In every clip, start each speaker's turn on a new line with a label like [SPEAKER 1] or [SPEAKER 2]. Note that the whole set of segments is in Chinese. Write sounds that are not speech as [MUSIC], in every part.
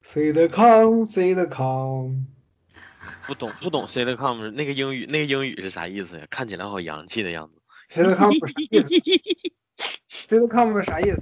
[SPEAKER 1] 谁的康，谁的康。
[SPEAKER 2] 不懂不懂 C 的 com 那个英语那个英语是啥意思呀？看起来好洋气的样子。
[SPEAKER 1] 谁的康不是啥意思？谁的康不是啥意思？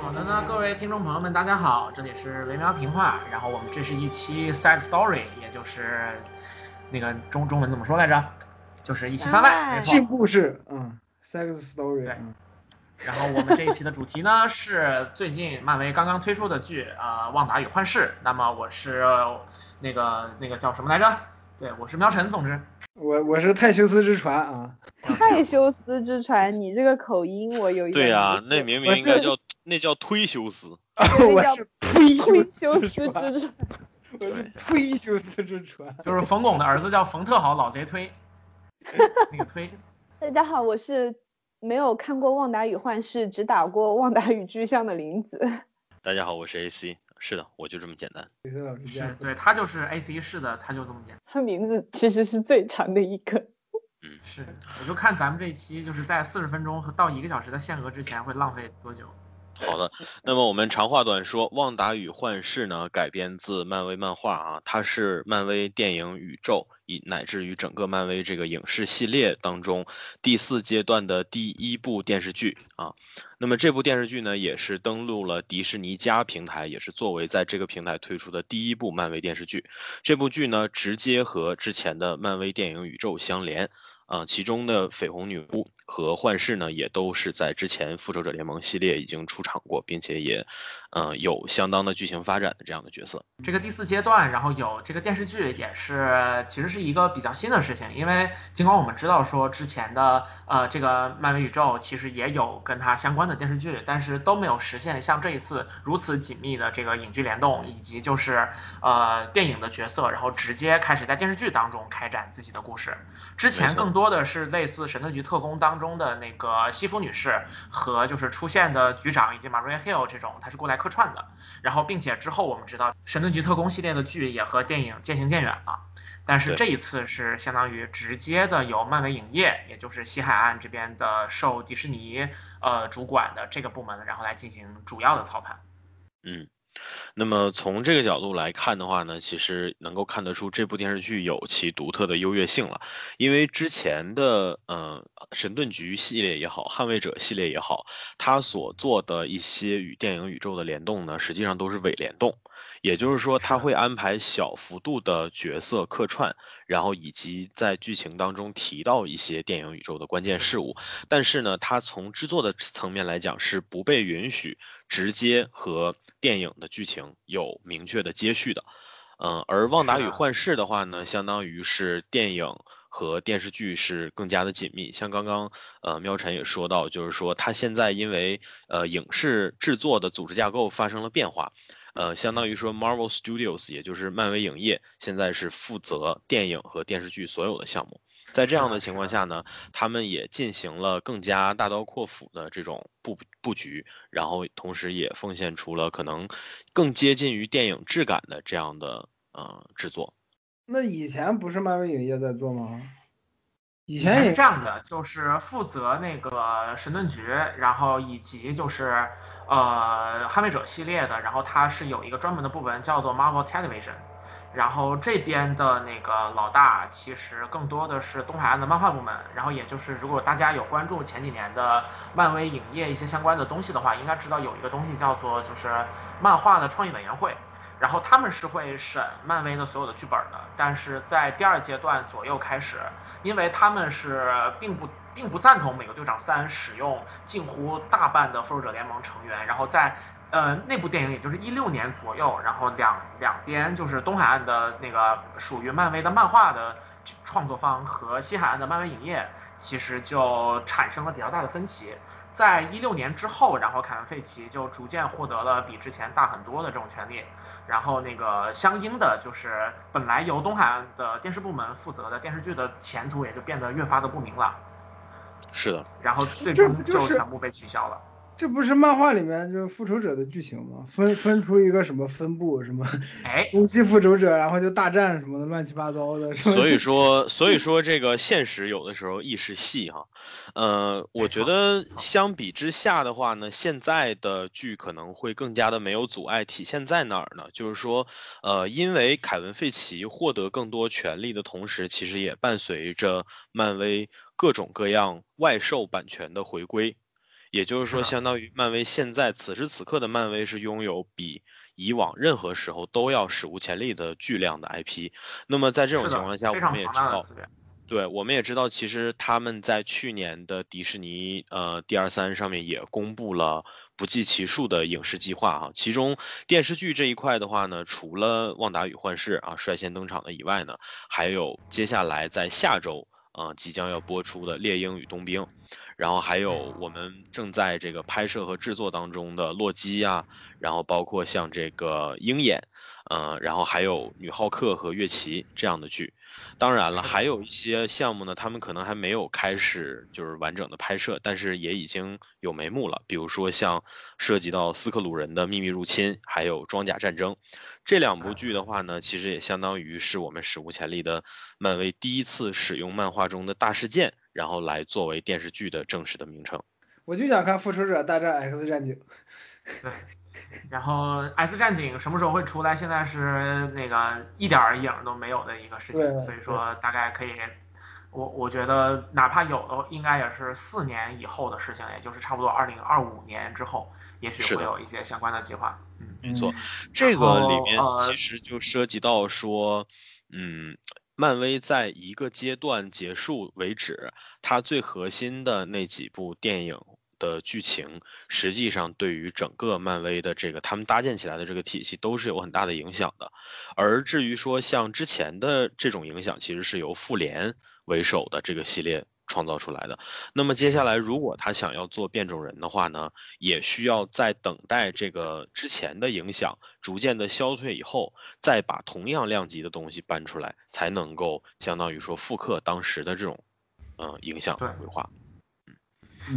[SPEAKER 3] 好的呢，各位听众朋友们，大家好，这里是维喵评话。然后我们这是一期 side story，也就是那个中中文怎么说来着？就是一起番
[SPEAKER 4] 番
[SPEAKER 3] 外，
[SPEAKER 4] 外
[SPEAKER 3] 没
[SPEAKER 1] 性
[SPEAKER 3] 错。
[SPEAKER 1] 故事，嗯，sex story，
[SPEAKER 3] 对
[SPEAKER 1] 嗯
[SPEAKER 3] 然后我们这一期的主题呢是最近漫威刚刚推出的剧啊，呃《旺达与幻视》。那么我是呃那个那个叫什么来着？对，我是喵晨。总之，
[SPEAKER 1] 我我是泰修斯之船啊，
[SPEAKER 4] [LAUGHS] 泰修斯之船，你这个口音我有一点
[SPEAKER 2] 对呀、啊
[SPEAKER 1] 啊
[SPEAKER 4] 呀，
[SPEAKER 2] 那明
[SPEAKER 4] [LAUGHS]
[SPEAKER 2] 明应该叫那叫推修斯。
[SPEAKER 1] 我
[SPEAKER 4] 叫
[SPEAKER 1] 是推
[SPEAKER 4] 退修斯
[SPEAKER 1] 之船，
[SPEAKER 2] [LAUGHS]
[SPEAKER 4] 之船。
[SPEAKER 1] 我 [LAUGHS] 是推修斯之船，
[SPEAKER 3] 就是冯巩的儿子叫冯特豪，老贼推，那个推。
[SPEAKER 4] 大家好，我是没有看过《旺达与幻视》，只打过《旺达与巨像》的林子。 [LAUGHS]
[SPEAKER 2] 大家好，我是 AC，是的，我就这么简单。
[SPEAKER 1] 李森老师这
[SPEAKER 3] 是
[SPEAKER 1] 样，
[SPEAKER 3] 对他就是 A C 式的，他就这么点。
[SPEAKER 4] 他名字其实是最长的一个。
[SPEAKER 3] 是，我就看咱们这一期就是在四十分钟和到一个小时的限额之前会浪费多久。
[SPEAKER 2] 好的，那么我们长话短说，《旺达与幻视》呢改编自漫威漫画啊，它是漫威电影宇宙以乃至于整个漫威这个影视系列当中第四阶段的第一部电视剧啊。那么这部电视剧呢，也是登陆了迪士尼加平台，也是作为在这个平台推出的第一部漫威电视剧。这部剧呢，直接和之前的漫威电影宇宙相连。啊，其中的绯红女巫和幻视呢，也都是在之前复仇者联盟系列已经出场过，并且也，嗯、有相当的剧情发展的这样的角色。
[SPEAKER 3] 这个第四阶段，然后有这个电视剧，也是其实是一个比较新的事情，因为尽管我们知道说之前的呃这个漫威宇宙其实也有跟它相关的电视剧，但是都没有实现像这一次如此紧密的这个影剧联动，以及就是呃电影的角色，然后直接开始在电视剧当中开展自己的故事。之
[SPEAKER 2] 没
[SPEAKER 3] 前
[SPEAKER 2] 错
[SPEAKER 3] 更多的是类似《神盾局特工》当中的那个西服女士和就是出现的局长以及 Maria Hill 这种，她是过来客串的。然后，并且之后我们知道《神盾局特工》系列的剧也和电影渐行渐远了，但是
[SPEAKER 2] 对
[SPEAKER 3] 这一次是相当于直接的由漫威影业，也就是西海岸这边的受迪士尼呃主管的这个部门，然后来进行主要的操盘。
[SPEAKER 2] 嗯，那么从这个角度来看的话呢，其实能够看得出这部电视剧有其独特的优越性了，因为之前的嗯、呃神盾局系列也好，捍卫者系列也好，它所做的一些与电影宇宙的联动呢，实际上都是伪联动，也就是说它会安排小幅度的角色客串，然后以及在剧情当中提到一些电影宇宙的关键事物，但是呢，它从制作的层面来讲是不被允许直接和电影的剧情有明确的接续的。嗯，而《旺达
[SPEAKER 3] 是
[SPEAKER 2] 与
[SPEAKER 3] 的
[SPEAKER 2] 幻视》的话呢，相当于是电影和电视剧是更加的紧密。像刚刚呃喵晨也说到，就是说它现在因为呃影视制作的组织架构发生了变化。呃，相当于说 Marvel Studios，也就是漫威影业，现在是负责电影和电视剧所有的项目。在这样的
[SPEAKER 3] 是啊
[SPEAKER 2] 情
[SPEAKER 3] 是
[SPEAKER 2] 况下呢，他们也进行了更加大刀阔斧的这种布布局，然后同时也奉献出了可能更接近于电影质感的这样的呃制作。
[SPEAKER 1] 那以前不是漫威影业在做吗？以
[SPEAKER 3] 以前
[SPEAKER 1] 前
[SPEAKER 3] 是
[SPEAKER 1] 也
[SPEAKER 3] 这样的，就是负责那个神盾局，然后以及就是呃捍卫者系列的，然后它是有一个专门的部门叫做 Marvel Television，然后这边的那个老大其实更多的是东海岸的漫画部门，然后也就是如果大家有关注前几年的漫威影业一些相关的东西的话，应该知道有一个东西叫做就是漫画的创意委员会，然后他们是会审漫威的所有的剧本的，但是在第二阶段左右开始，因为他们是并不并不赞同美国队长三使用近乎大半的复仇者联盟成员，然后在呃那部电影也就是一六年左右，然后两两边就是东海岸的那个属于漫威的漫画的创作方和西海岸的漫威影业，其实就产生了比较大的分歧。在一六年之后，然后凯文·费奇就逐渐获得了比之前大很多的这种权利，然后那个相应的就是本来由东海岸的电视部门负责的电视剧的前途也就变得越发的不明朗，
[SPEAKER 2] 是的，
[SPEAKER 3] 然后最
[SPEAKER 1] 这
[SPEAKER 3] 终
[SPEAKER 1] 不就
[SPEAKER 3] 就是全部被取消了。
[SPEAKER 1] 这不是漫画里面就是复仇者的剧情吗？分分出一个什么分部，什么
[SPEAKER 3] 哎，
[SPEAKER 1] 东西复仇者，然后就大战什么的，乱七八糟的。是吧
[SPEAKER 2] 所以说，所以说这个现实有的时候亦是戏哈，呃，我觉得相比之下的话呢，现在的剧可能会更加的没有阻碍，体现在哪儿呢？就是说，呃，因为凯文·费奇获得更多权利的同时，其实也伴随着漫威各种各样外售版权的回归，也就是说，
[SPEAKER 3] 是的
[SPEAKER 2] 相当于漫威现在此时此刻的漫威是拥有比以往任何时候都要史无前例的巨量的 IP。那么在这种
[SPEAKER 3] 是的
[SPEAKER 2] 情况下，我
[SPEAKER 3] 非常
[SPEAKER 2] 们也
[SPEAKER 3] 庞
[SPEAKER 2] 知
[SPEAKER 3] 大的
[SPEAKER 2] 道，
[SPEAKER 3] 资源，
[SPEAKER 2] 对，我们也知道，其实他们在去年的迪士尼呃 D 二三上面也公布了不计其数的影视计划啊，其中电视剧这一块的话呢，除了《旺达与幻视》啊率先登场的以外呢，还有接下来在下周呃即将要播出的《猎鹰与冬兵》，然后还有我们正在这个拍摄和制作当中的《洛基》啊，然后包括像这个《鹰眼》，呃，然后还有《女浩克》和《月奇》这样的剧。当然了，
[SPEAKER 3] 是的
[SPEAKER 2] 还有一些项目呢，他们可能还没有开始就是完整的拍摄，但是也已经有眉目了。比如说像涉及到斯克鲁人的秘密入侵，还有装甲战争这两
[SPEAKER 3] 嗯
[SPEAKER 2] 部剧的话呢，其实也相当于是我们史无前例的漫威第一次使用漫画中的大事件，然后来作为电视剧的正式的名称。
[SPEAKER 1] 我就想看复仇者大战 X 战警。
[SPEAKER 3] 对。然后《S 战警》什么时候会出来？现在是那个一点儿影儿都没有的一个事情，
[SPEAKER 1] 对
[SPEAKER 3] 所以说大概可以，我我觉得哪怕有的，应该也是四年以后的事情，也就是差不多二零二五年之后，也许
[SPEAKER 2] 是的
[SPEAKER 3] 会有一些相关的计划。嗯，
[SPEAKER 2] 没错
[SPEAKER 1] 嗯，
[SPEAKER 2] 这个里
[SPEAKER 3] 后
[SPEAKER 2] 面其
[SPEAKER 3] 呃
[SPEAKER 2] 实就涉及到说，嗯，漫威在一个阶段结束为止，它最核心的那几部电影的剧情，实际上对于整个漫威的这个他们搭建起来的这个体系都是有很大的影响的。而至于说像之前的这种影响，其实是由复联为首的这个系列创造出来的。那么接下来，如果他想要做变种人的话呢，也需要在等待这个之前的影响逐渐的消退以后，再把同样量级的东西搬出来，才能够相当于说复刻当时的这种，呃，影响
[SPEAKER 3] 对
[SPEAKER 2] 规划。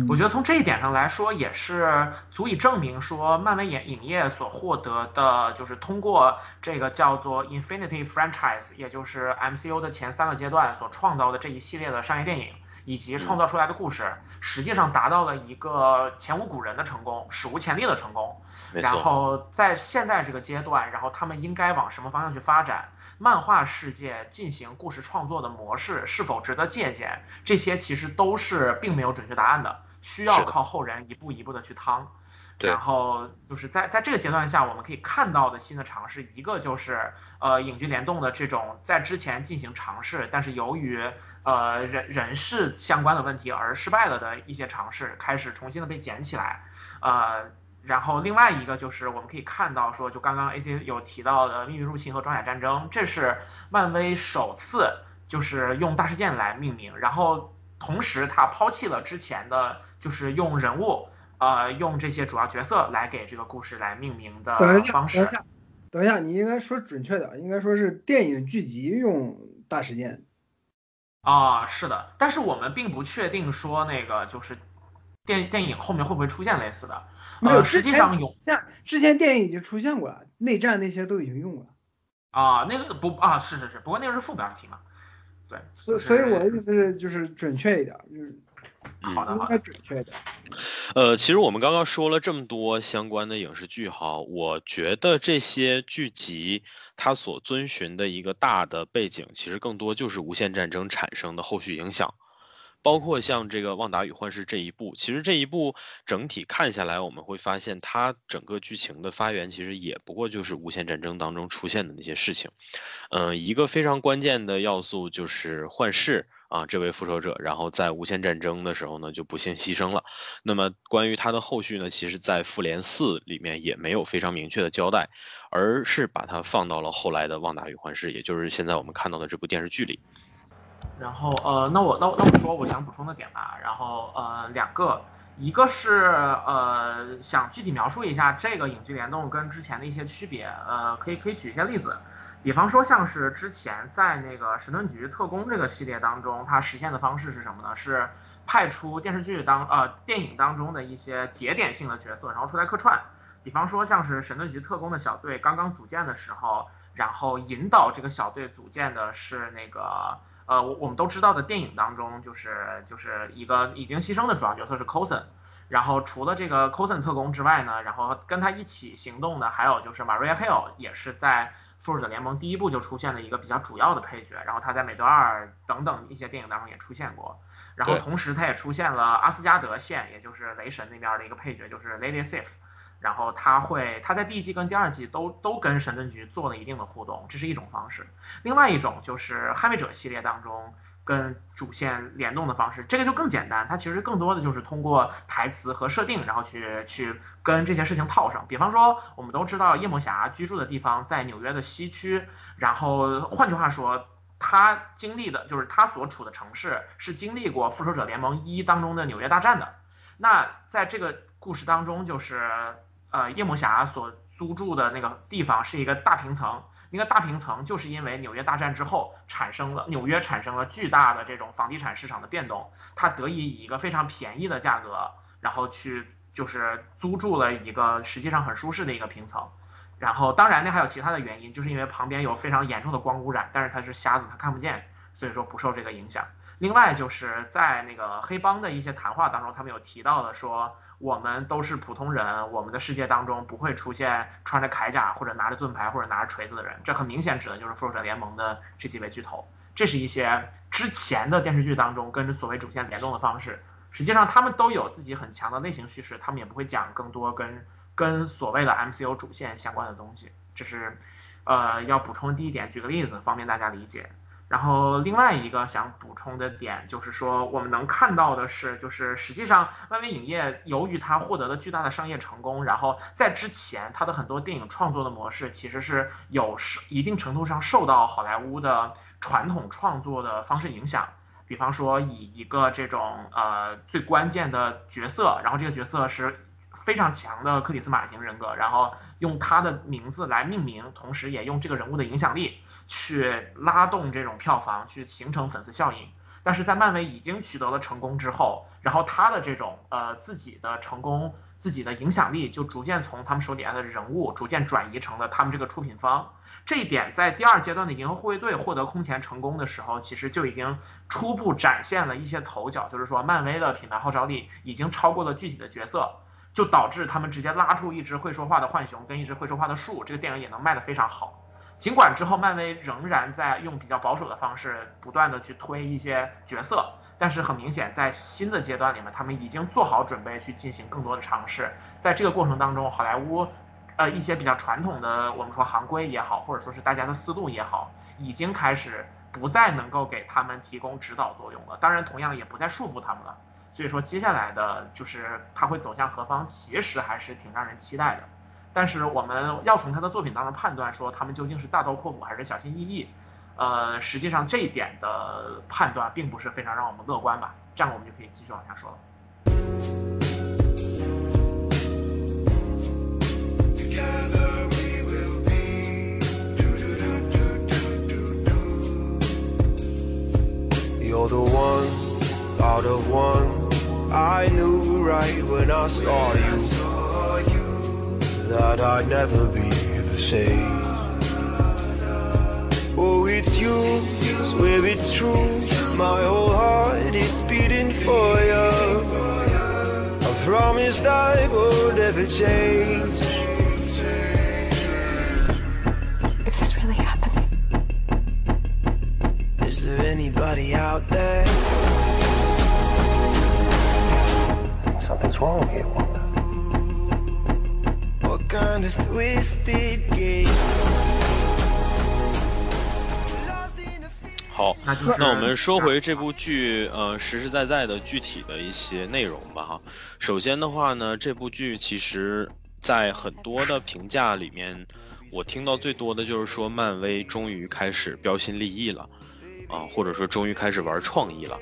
[SPEAKER 3] 我觉
[SPEAKER 1] 得
[SPEAKER 3] 得从这一点上来说，也是足以证明说，漫威影影业所获得的，就是通过这个叫做 Infinity Franchise，也就是 MCU 的前三个阶段所创造的这一系列的商业电影，以及创造出来的故事，实际上达到了一个前无古人的成功，史无前例的成功。
[SPEAKER 2] 没
[SPEAKER 3] 然
[SPEAKER 2] 错，
[SPEAKER 3] 后在现在这个阶段，然后他们应该往什么方向去发展？漫画世界进行故事创作的模式是否值得借鉴？这些其实都是并没有准确答案的，
[SPEAKER 2] 是
[SPEAKER 3] 需要
[SPEAKER 2] 的
[SPEAKER 3] 靠后人一步一步的去趟。
[SPEAKER 2] 对
[SPEAKER 3] 然后就是在在这个阶段下，我们可以看到的新的尝试，一个就是呃影剧联动的这种在之前进行尝试，但是由于呃人人事相关的问题而失败了的一些尝试，开始重新的被捡起来，呃。然后另外一个就是我们可以看到说，就刚刚 A C 有提到的《秘密入侵》和《装甲战争》，这是漫威首次就是用大事件来命名，然后同时它抛弃了之前的就是用人物呃，用这些主要角色来给这个故事来命名的
[SPEAKER 1] 嗯等一下，
[SPEAKER 3] 方
[SPEAKER 1] 等
[SPEAKER 3] 式
[SPEAKER 1] 一。下，等一下，你应该说准确点，应该说是电影剧集用大事件。
[SPEAKER 3] 啊、是的，但是我们并不确定说那个就是电电影后面会不会出现类似的，
[SPEAKER 1] 没有
[SPEAKER 3] 呃，实
[SPEAKER 1] 之
[SPEAKER 3] 际
[SPEAKER 1] 前
[SPEAKER 3] 上有
[SPEAKER 1] 这样之前电影已经出现过了，内战那些都已经用过了，
[SPEAKER 3] 啊、那个不啊，是是是，不过那个是副标题嘛，对，
[SPEAKER 1] 所
[SPEAKER 3] 就
[SPEAKER 1] 所以我的
[SPEAKER 3] 是
[SPEAKER 1] 意思是就是准确一点，就是
[SPEAKER 3] 好的
[SPEAKER 1] 应
[SPEAKER 3] 好
[SPEAKER 1] 该
[SPEAKER 3] 的，
[SPEAKER 1] 准确一点。
[SPEAKER 2] 呃，其实我们刚刚说了这么多相关的影视剧哈，我觉得这些剧集它所遵循的一个大的背景，其实更多就是无限战争产生的后续影响，包括像这个《旺达与幻视》这一部，其实这一部整体看下来，我们会发现它整个剧情的发源其实也不过就是无限战争当中出现的那些事情。嗯、一个非常关键的要素就是幻视啊，这位复仇者，然后在无限战争的时候呢，就不幸牺牲了。那么关于它的后续呢，其实，在复联四里面也没有非常明确的交代，而是把它放到了后来的《旺达与幻视》，也就是现在我们看到的这部电视剧里。
[SPEAKER 3] 然后呃，那我那我那我说我想补充的点吧，然后呃两个，一个是呃想具体描述一下这个影剧联动跟之前的一些区别，呃可以可以举一些例子，比方说像是之前在那个神盾局特工这个系列当中，它实现的方式是什么呢？是派出电视剧当呃电影当中的一些节点性的角色，然后出来客串。比方说像是神盾局特工的小队刚刚组建的时候，然后引导这个小队组建的是那个呃，我我们都知道的电影当中，就是就是一个已经牺牲的主要角色是 Coulson，然后除了这个 Coulson 特工之外呢，然后跟他一起行动的还有就是 Maria Hill，也是在复仇者联盟第一部就出现的一个比较主要的配角，然后他在美队二等等一些电影当中也出现过，然后
[SPEAKER 2] 对
[SPEAKER 3] 同时他也出现了阿斯加德线，也就是雷神那边的一个配角，就是 Lady Sif。然后他会，他在第一季跟第二季都都跟神盾局做了一定的互动，这是一种方式。另外一种就是捍卫者系列当中跟主线联动的方式，这个就更简单，它其实更多的就是通过台词和设定，然后去去跟这些事情套上。比方说，我们都知道夜魔侠居住的地方在纽约的西区，然后换句话说。他经历的就是他所处的城市是经历过《复仇者联盟一》当中的纽约大战的，那在这个故事当中，就是呃，夜魔侠所租住的那个地方是一个大平层，那个大平层就是因为纽约大战之后产生了纽约产生了巨大的这种房地产市场的变动，它得以以一个非常便宜的价格，然后去就是租住了一个实际上很舒适的一个平层。然后，当然那还有其他的原因，就是因为旁边有非常严重的光污染，但是他是瞎子，他看不见，所以说不受这个影响。另外就是在那个黑帮的一些谈话当中，他们有提到的说，我们都是普通人，我们的世界当中不会出现穿着铠甲或者拿着盾牌或者拿着锤子的人。这很明显指的就是复仇者联盟的这几位巨头。这是一些之前的电视剧当中跟所谓主线联动的方式。实际上，他们都有自己很强的类型叙事，他们也不会讲更多跟跟所谓的 MCU 主线相关的东西。这是，呃，要补充的第一点。举个例子，方便大家理解。然后另外一个想补充的点就是说，我们能看到的是，就是实际上漫威影业由于它获得了巨大的商业成功，然后在之前它的很多电影创作的模式其实是有是一定程度上受到好莱坞的传统创作的方式影响。比方说以一个这种呃最关键的角色，然后这个角色是非常强的克里斯马型人格，然后用他的名字来命名，同时也用这个人物的影响力去拉动这种票房，去形成粉丝效应。但是在漫威已经取得了成功之后，然后他的这种呃自己的成功、自己的影响力，就逐渐从他们手底下的人物逐渐转移成了他们这个出品方。这一点在第二阶段的银河护卫队获得空前成功的时候，其实就已经初步展现了一些头角，就是说漫威的品牌号召力已经超过了具体的角色，就导致他们直接拉出一只会说话的浣熊跟一只会说话的树，这个电影也能卖得非常好。尽管之后漫威仍然在用比较保守的方式不断的去推一些角色，但是很明显，在新的阶段里面，他们已经做好准备去进行更多的尝试。在这个过程当中，好莱坞，呃，一些比较传统的我们说行规也好，或者说是大家的思路也好，已经开始不再能够给他们提供指导作用了。当然，同样也不再束缚他们了。所以说，接下来的就是它会走向何方，其实还是挺让人期待的。但是我们要从他的作品当中判断说他们究竟是大刀阔斧还是小心翼翼，呃，实际上这一点的判断并不是非常让我们乐观吧。这样我们就可以继续往下说了。
[SPEAKER 5] Together we will be. Do do do do do do do. Your I saw you that I'd never be the same. Oh, it's you, swear it's true. My whole heart is beating for you. I promise I will never change.
[SPEAKER 6] Is this really happening?
[SPEAKER 5] Is there anybody out there?
[SPEAKER 7] Something's wrong here, Wanda.
[SPEAKER 5] What kind of twisted game? Lost in a field.
[SPEAKER 2] 好，
[SPEAKER 3] 那就是
[SPEAKER 2] 那我们说回这部剧，呃，实实在在的具体的一些内容吧哈。首先的话呢，这部剧其实，在很多的评价里面，我听到最多的就是说，漫威终于开始标新立异了，啊、或者说终于开始玩创意了。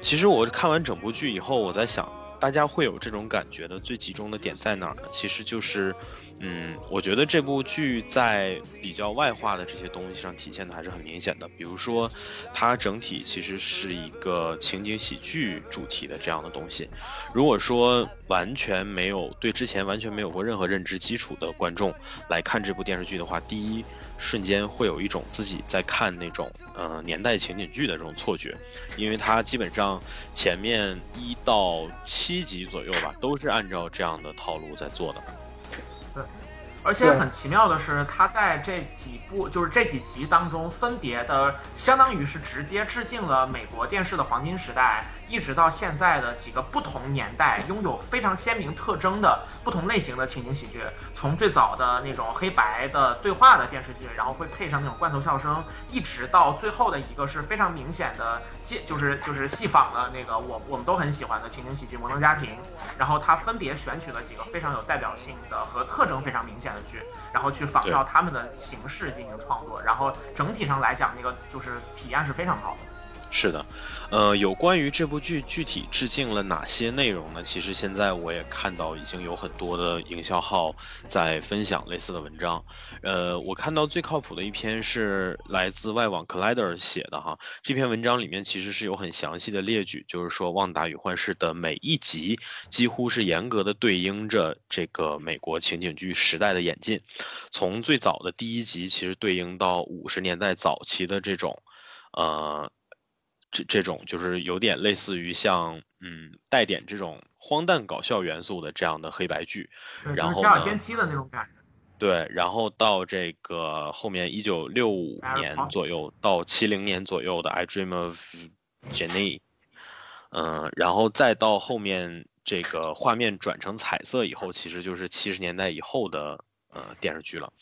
[SPEAKER 2] 其实我看完整部剧以后，我在想，大家会有这种感觉的最集中的点在哪儿呢？其实就是，嗯，我觉得这部剧在比较外化的这些东西上体现的还是很明显的。比如说，它整体其实是一个情景喜剧主题的这样的东西。如果说完全没有对之前完全没有过任何认知基础的观众来看这部电视剧的话，第一瞬间会有一种自己在看那种呃年代情景剧的这种错觉。因为它基本上前面一到七集左右吧，都是按照这样的套路在做的。
[SPEAKER 3] 而且很奇妙的是，他在这几部就是这几集当中，分别的相当于是直接致敬了美国电视的黄金时代，一直到现在的几个不同年代拥有非常鲜明特征的不同类型的情景喜剧。从最早的那种黑白的对话的电视剧，然后会配上那种罐头笑声，一直到最后的一个是非常明显的借，就是就是戏仿了那个我我们都很喜欢的情景喜剧《摩登家庭》。然后他分别选取了几个非常有代表性的和特征非常明显的剧，然后去仿照他们的形式进行创作，然后整体上来讲，那个就是体验是非常好的。
[SPEAKER 2] 是的，呃，有关于这部剧具体致敬了哪些内容呢？其实现在我也看到已经有很多的营销号在分享类似的文章。呃，我看到最靠谱的一篇是来自外网 Collider 写的哈，这篇文章里面其实是有很详细的列举，就是说《旺达与幻视》的每一集几乎是严格的对应着这个美国情景剧时代的演进，从最早的第一集其实对应到五十年代早期的这种，呃。这这种就是有点类似于像嗯带点这种荒诞搞笑元素的这样的黑白剧，
[SPEAKER 3] 对，就
[SPEAKER 2] 然
[SPEAKER 3] 是
[SPEAKER 2] 后
[SPEAKER 3] 加尔
[SPEAKER 2] 呢
[SPEAKER 3] 先期的那种感觉。
[SPEAKER 2] 对，然后到这个后面一九六五
[SPEAKER 3] Mary
[SPEAKER 2] 年
[SPEAKER 3] Poppins
[SPEAKER 2] 左右到七零年左右的《I Dream of Jenny》，嗯，然后再到后面这个画面转成彩色以后，其实就是七十年代以后的呃电视剧了。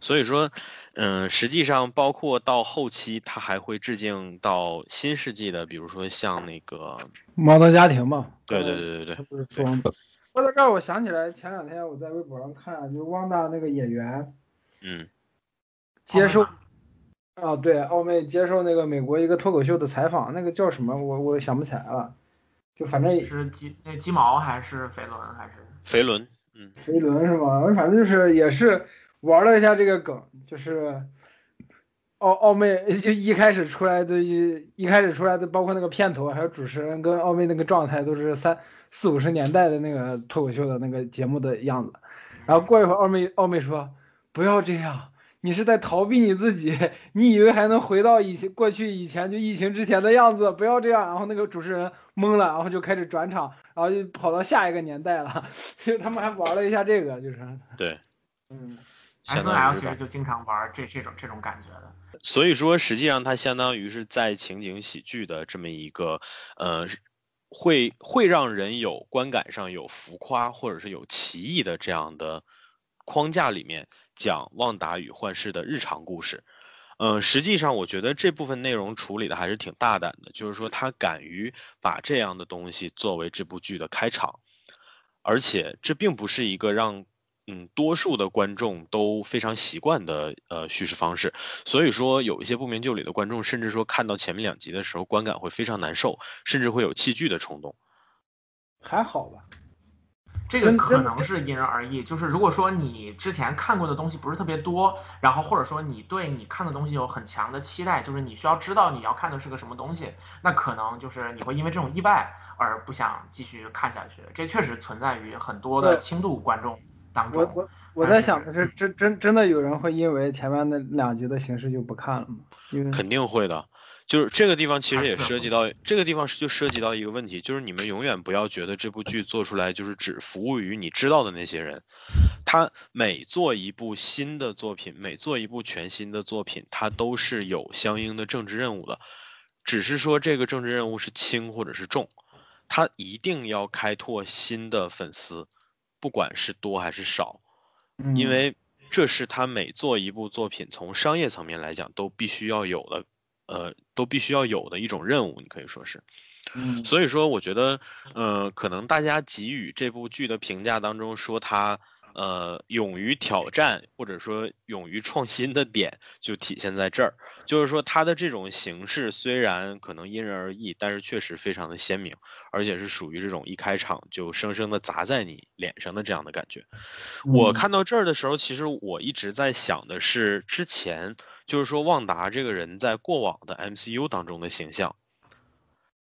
[SPEAKER 2] 所以说，嗯，实际上包括到后期，它还会致敬到新世纪的，比如说像那个，
[SPEAKER 1] 摩登家庭嘛，
[SPEAKER 2] 对对
[SPEAKER 1] 刚才
[SPEAKER 2] 对对对
[SPEAKER 1] 他，不是说吗说到这儿，我想起来前两天我在微博上看，就汪大那个演员
[SPEAKER 2] 嗯，
[SPEAKER 1] 接受
[SPEAKER 3] 奥
[SPEAKER 1] 啊，对，奥妹接受那个美国一个脱口秀的采访，那个叫什么？我我想不起来了，就反正
[SPEAKER 3] 是鸡那鸡毛还是肥伦还是？
[SPEAKER 2] 肥伦，嗯，
[SPEAKER 1] 肥伦是吗？反正就是也是玩了一下这个梗，就是奥奥妹 [LAUGHS] 就一开始出来的一一开始出来的，包括那个片头，还有主持人跟奥妹那个状态，都是三四五十年代的那个脱口秀的那个节目的样子。然后过一会儿，奥妹奥妹说：“不要这样。”你是在逃避你自己，你以为还能回到以前过去以前就疫情之前的样子？不要这样。然后那个主持人懵了，然后就开始转场，然后就跑到下一个年代了。 [LAUGHS] 就他们还玩了一下这个，就是，
[SPEAKER 2] 对，
[SPEAKER 1] 嗯，
[SPEAKER 2] 相
[SPEAKER 3] S N
[SPEAKER 2] 当于
[SPEAKER 3] L
[SPEAKER 2] 是
[SPEAKER 3] 其
[SPEAKER 2] 把
[SPEAKER 3] 实就经常玩这这种这种感觉的。
[SPEAKER 2] 所以说，实际上它相当于是在情景喜剧的这么一个，呃，会会让人有观感上有浮夸或者是有歧义的这样的框架里面讲旺达与幻视的日常故事。呃，实际上我觉得这部分内容处理的还是挺大胆的，就是说他敢于把这样的东西作为这部剧的开场，而且这并不是一个让嗯多数的观众都非常习惯的呃叙事方式，所以说有一些不明就里的观众，甚至说看到前面两集的时候观感会非常难受，甚至会有弃剧的冲动。
[SPEAKER 1] 还好吧。
[SPEAKER 3] 这个
[SPEAKER 1] 真
[SPEAKER 3] 可
[SPEAKER 1] 真
[SPEAKER 3] 能是因人而异。就是如果说你之前看过的东西不是特别多，然后或者说你对你看的东西有很强的期待，就是你需要知道你要看的是个什么东西，那可能就是你会因为这种意外而不想继续看下去。这确实存在于很多的
[SPEAKER 1] 对
[SPEAKER 3] 轻度观众当
[SPEAKER 1] 我
[SPEAKER 3] 中。
[SPEAKER 1] 我我在想的是，真真真的有人会因为前面那两集的形式就不看了吗？因为
[SPEAKER 2] 肯定会的。就是这个地方其实
[SPEAKER 3] 还
[SPEAKER 2] 也
[SPEAKER 3] 是
[SPEAKER 2] 涉及到这个地方是就涉及到一个问题，就是你们永远不要觉得这部剧做出来就是只服务于你知道的那些人。他每做一部新的作品，每做一部全新的作品，它都是有相应的政治任务的，只是说这个政治任务是轻或者是重，他一定要开拓新的粉丝，不管是多还是少。
[SPEAKER 1] 嗯
[SPEAKER 2] 因为这是他每做一部作品，从商业层面来讲都必须要有的，呃，都必须要有的一种任务，你可以说是。
[SPEAKER 1] 嗯
[SPEAKER 2] 所以说，我觉得，呃，可能大家给予这部剧的评价当中说它，呃，勇于挑战或者说勇于创新的点就体现在这儿，就是说它的这种形式虽然可能因人而异，但是确实非常的鲜明，而且是属于这种一开场就生生的砸在你脸上的这样的感觉。
[SPEAKER 1] 嗯
[SPEAKER 2] 我看到这儿的时候，其实我一直在想的是，之前就是说旺达这个人在过往的 MCU 当中的形象，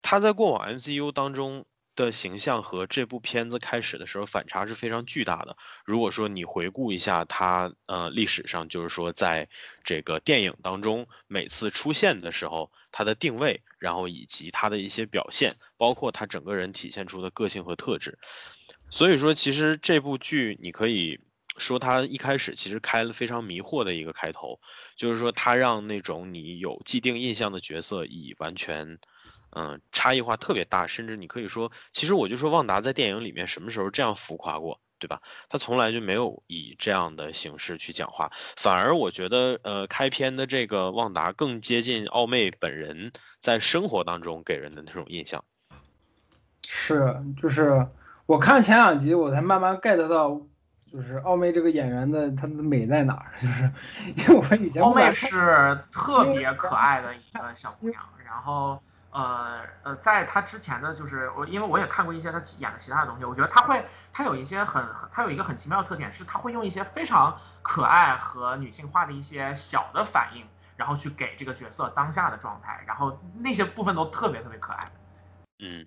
[SPEAKER 2] 他在过往 MCU 当中的形象和这部片子开始的时候反差是非常巨大的。如果说你回顾一下他，呃，历史上就是说在这个电影当中每次出现的时候，他的定位，然后以及他的一些表现，包括他整个人体现出的个性和特质。所以说，其实这部剧你可以说它一开始其实开了非常迷惑的一个开头，就是说它让那种你有既定印象的角色以完全。嗯，差异化特别大，甚至你可以说，其实我就说旺达在电影里面什么时候这样浮夸过，对吧？他从来就没有以这样的形式去讲话，反而我觉得，呃，开篇的这个旺达更接近奥妹本人在生活当中给人的那种印象。
[SPEAKER 1] 是就是我看前两集，我才慢慢 get 到，就是奥妹这个演员的她的美在哪儿，就是 [LAUGHS] 因为我以前
[SPEAKER 3] 欧
[SPEAKER 1] 不敢看
[SPEAKER 3] 妹是特别可爱的一个小姑娘，然后呃呃，在她之前呢，就是我因为我也看过一些她演的其他的东西，我觉得她会，她有一些很，很她有一个很奇妙的特点是，她会用一些非常可爱和女性化的一些小的反应，然后去给这个角色当下的状态，然后那些部分都特别特别可爱。
[SPEAKER 2] 嗯，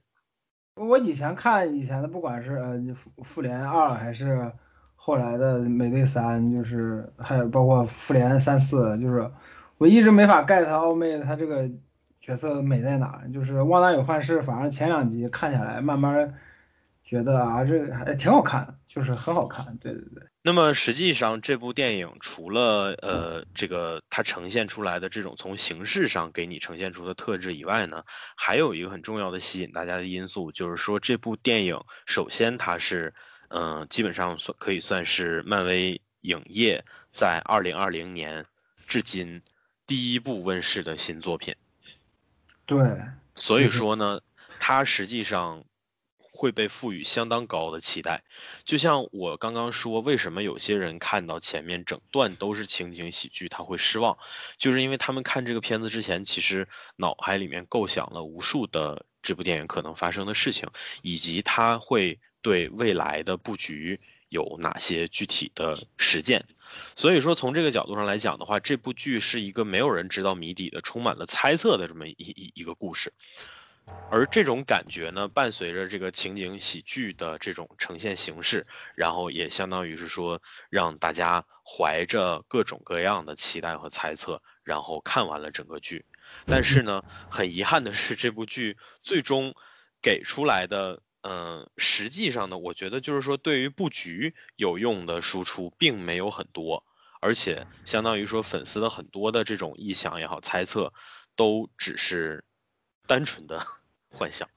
[SPEAKER 1] 我以前看以前的，不管是呃复复联二还是后来的美队三，就是还有包括复联三四，就是我一直没法 get 奥妹她这个角色美在哪儿。就是《旺达与幻视》，反正前两集看下来，慢慢觉得啊，这个还挺好看的，就是很好看。对对对，
[SPEAKER 2] 那么实际上，这部电影除了呃这个它呈现出来的这种从形式上给你呈现出的特质以外呢，还有一个很重要的吸引大家的因素，就是说这部电影首先它是嗯、呃基本上算可以算是漫威影业在二零二零年至今第一部问世的新作品。
[SPEAKER 1] 对，
[SPEAKER 2] 所以
[SPEAKER 1] 嗯哼
[SPEAKER 2] 说呢，它实际上会被赋予相当高的期待。就像我刚刚说，为什么有些人看到前面整段都是情景喜剧，他会失望，就是因为他们看这个片子之前，其实脑海里面构想了无数的这部电影可能发生的事情，以及它会对未来的布局有哪些具体的实践。所以说，从这个角度上来讲的话，这部剧是一个没有人知道谜底的、充满了猜测的这么一一一个故事。而这种感觉呢，伴随着这个情景喜剧的这种呈现形式，然后也相当于是说，让大家怀着各种各样的期待和猜测，然后看完了整个剧。但是呢，很遗憾的是，这部剧最终给出来的，嗯、实际上呢，我觉得就是说，对于布局有用的输出并没有很多，而且相当于说，粉丝的很多的这种臆想也好，猜测，都只是单纯的 [LAUGHS] 幻想。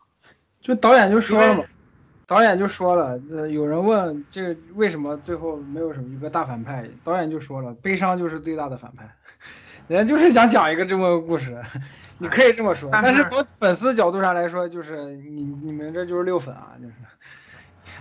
[SPEAKER 1] 就导演就说了
[SPEAKER 3] 因
[SPEAKER 1] 嘛
[SPEAKER 3] 为，
[SPEAKER 1] 导演就说了，呃，有人问这个为什么最后没有什么一个大反派，导演就说了，悲伤就是最大的反派， [LAUGHS] 人家就是想讲一个这么个故事，你可以这么说，
[SPEAKER 3] 但
[SPEAKER 1] 但是
[SPEAKER 3] 是
[SPEAKER 1] 从粉丝角度上来说，就是你你们这就是六粉啊，就是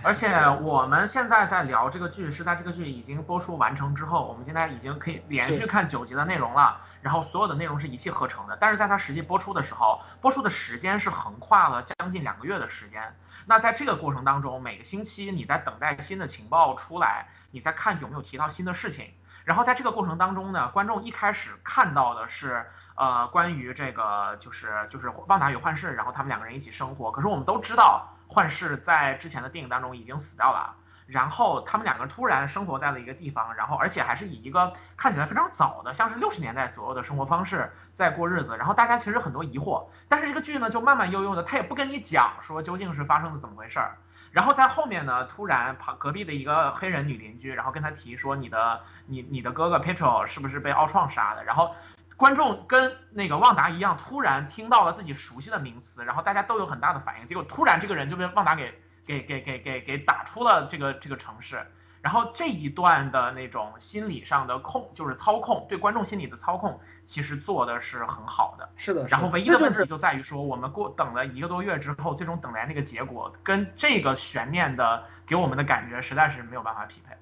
[SPEAKER 3] 而且我们现在在聊这个剧，是在这个剧已经播出完成之后，我们现在已经可以连续
[SPEAKER 1] 是
[SPEAKER 3] 看九集的内容了，然后所有的内容是一气呵成的。但是在它实际播出的时候，播出的时间是横跨了将近两个月的时间。那在这个过程当中，每个星期你在等待新的情报出来，你在看有没有提到新的事情。然后在这个过程当中呢，观众一开始看到的是，呃，关于这个就是就是旺达与幻视，然后他们两个人一起生活。可是我们都知道，幻视在之前的电影当中已经死掉了。然后他们两个人突然生活在了一个地方，然后而且还是以一个看起来非常早的，像是六十年代左右的生活方式在过日子。然后大家其实很多疑惑，但是这个剧呢就慢慢悠悠的，他也不跟你讲说究竟是发生了怎么回事儿。然后在后面呢，突然旁隔壁的一个黑人女邻居，然后跟他提说你的你你的哥哥 Petro 是不是被奥创杀的？然后观众跟那个旺达一样，突然听到了自己熟悉的名词，然后大家都有很大的反应，结果突然这个人就被旺达给给给给给给打出了这个这个城市。然后这一段的那种心理上的控，就是操控，对观众心理的操控，其实做的是很好的。
[SPEAKER 1] 是的，是
[SPEAKER 3] 然后
[SPEAKER 1] 的
[SPEAKER 3] 唯一
[SPEAKER 1] 这
[SPEAKER 3] 的
[SPEAKER 1] 就
[SPEAKER 3] 问
[SPEAKER 1] 是
[SPEAKER 3] 题就在于说，我们过等了一个多月之后，最终等来那个结果，跟这个悬念的给我们的感觉实在是没有办法匹配。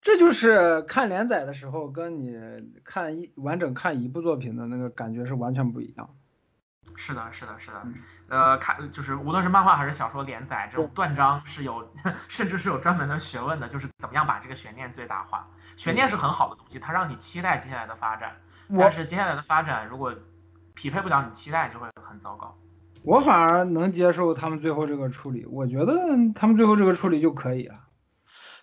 [SPEAKER 1] 这就是看连载的时候跟你看一完整看一部作品的那个感觉是完全不一样。
[SPEAKER 3] 是的，是的，是的
[SPEAKER 1] 嗯，
[SPEAKER 3] 呃，看就是无论是漫画还是小说连载，这种断章是有， [LAUGHS] 甚至是有专门的学问的，就是怎么样把这个悬念最大化。悬念是很好的东西，它让你期待接下来的发展，
[SPEAKER 1] 我
[SPEAKER 3] 但是接下来的发展如果匹配不了你期待，就会很糟糕。
[SPEAKER 1] 我反而能接受他们最后这个处理，我觉得他们最后这个处理就可以了。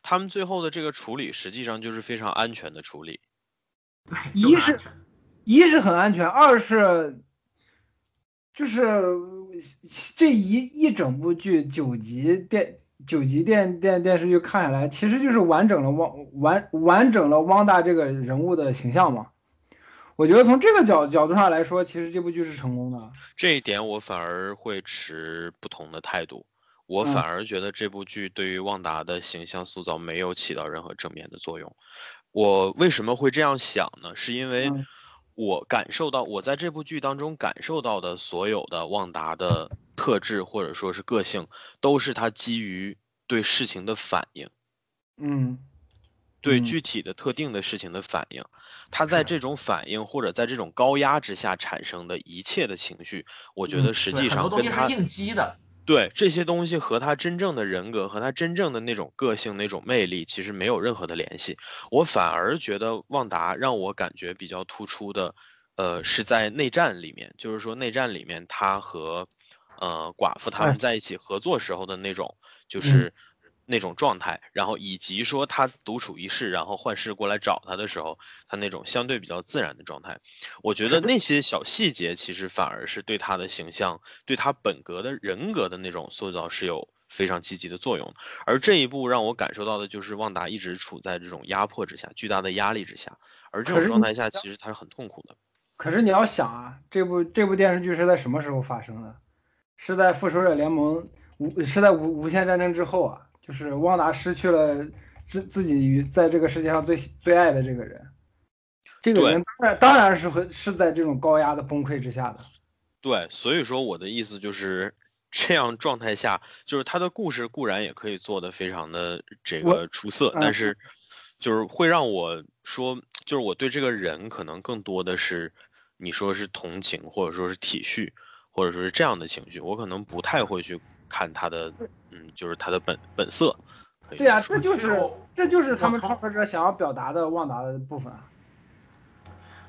[SPEAKER 2] 他们最后的这个处理，实际上就是非常安全的处理。
[SPEAKER 3] 对，
[SPEAKER 1] 一
[SPEAKER 3] 就很安
[SPEAKER 1] 是
[SPEAKER 3] 全
[SPEAKER 1] 一是很安全，二是就是这一一整部剧九集电九集电电电视剧看下来，其实就是完整了汪完完整了汪大这个人物的形象嘛。我觉得从这个角角度上来说，其实这部剧是成功的。
[SPEAKER 2] 这一点我反而会持不同的态度。我
[SPEAKER 1] 嗯
[SPEAKER 2] 反而觉得这部剧对于旺达的形象塑造没有起到任何正面的作用。我为什么会这样想呢？是因为
[SPEAKER 1] 嗯
[SPEAKER 2] 我感受到，我在这部剧当中感受到的所有的旺达的特质或者说是个性，都是他基于对事情的反应。
[SPEAKER 1] 嗯
[SPEAKER 2] 对
[SPEAKER 1] 嗯
[SPEAKER 2] 具体的特定的事情的反应，他在这种反应或者在这种高压之下产生的一切的情绪，我觉得实
[SPEAKER 3] 嗯对
[SPEAKER 2] 际
[SPEAKER 3] 很
[SPEAKER 2] 上
[SPEAKER 3] 多东
[SPEAKER 2] 跟
[SPEAKER 3] 西
[SPEAKER 2] 他
[SPEAKER 3] 是应激的，
[SPEAKER 2] 对这些东西和他真正的人格和他真正的那种个性那种魅力其实没有任何的联系。我反而觉得旺达让我感觉比较突出的，呃，是在内战里面，就是说内战里面他和呃寡妇他
[SPEAKER 1] 哎
[SPEAKER 2] 们在一起合作时候的那种，就
[SPEAKER 1] 嗯
[SPEAKER 2] 是那种状态，然后以及说他独处一室，然后幻视过来找他的时候，他那种相对比较自然的状态。我觉得那些小细节其实反而是对他的形象、对他本格的人格的那种塑造是有非常积极的作用的。而这一步让我感受到的就是旺达一直处在这种压迫之下、巨大的压力之下，而这
[SPEAKER 1] 可
[SPEAKER 2] 种
[SPEAKER 1] 是
[SPEAKER 2] 状
[SPEAKER 1] 你
[SPEAKER 2] 态下其实他是很痛苦的。
[SPEAKER 1] 可是你要想啊，这部这部电视剧是在什么时候发生的？是在复仇者联盟无是在无无限战争之后啊，就是旺达失去了自自己与在这个世界上最最爱的这个人，这个
[SPEAKER 2] 对
[SPEAKER 1] 人当然当然是会是在这种高压的崩溃之下的。
[SPEAKER 2] 对，所以说我的意思就是。这样状态下，就是他的故事固然也可以做得非常的这
[SPEAKER 1] 我
[SPEAKER 2] 个出色，
[SPEAKER 1] 嗯
[SPEAKER 2] 但是就是会让我说，就是我对这个人可能更多的是你说是同情，或者说是体恤，或者说是这样的情绪，我可能不太会去看他的，嗯，就是他的本本色。可以
[SPEAKER 1] 对呀、啊
[SPEAKER 2] 说
[SPEAKER 1] 这就是
[SPEAKER 3] 我
[SPEAKER 1] 这就是他
[SPEAKER 3] 我
[SPEAKER 1] 们
[SPEAKER 3] 从
[SPEAKER 1] 创作者想要表达的旺达的部分啊。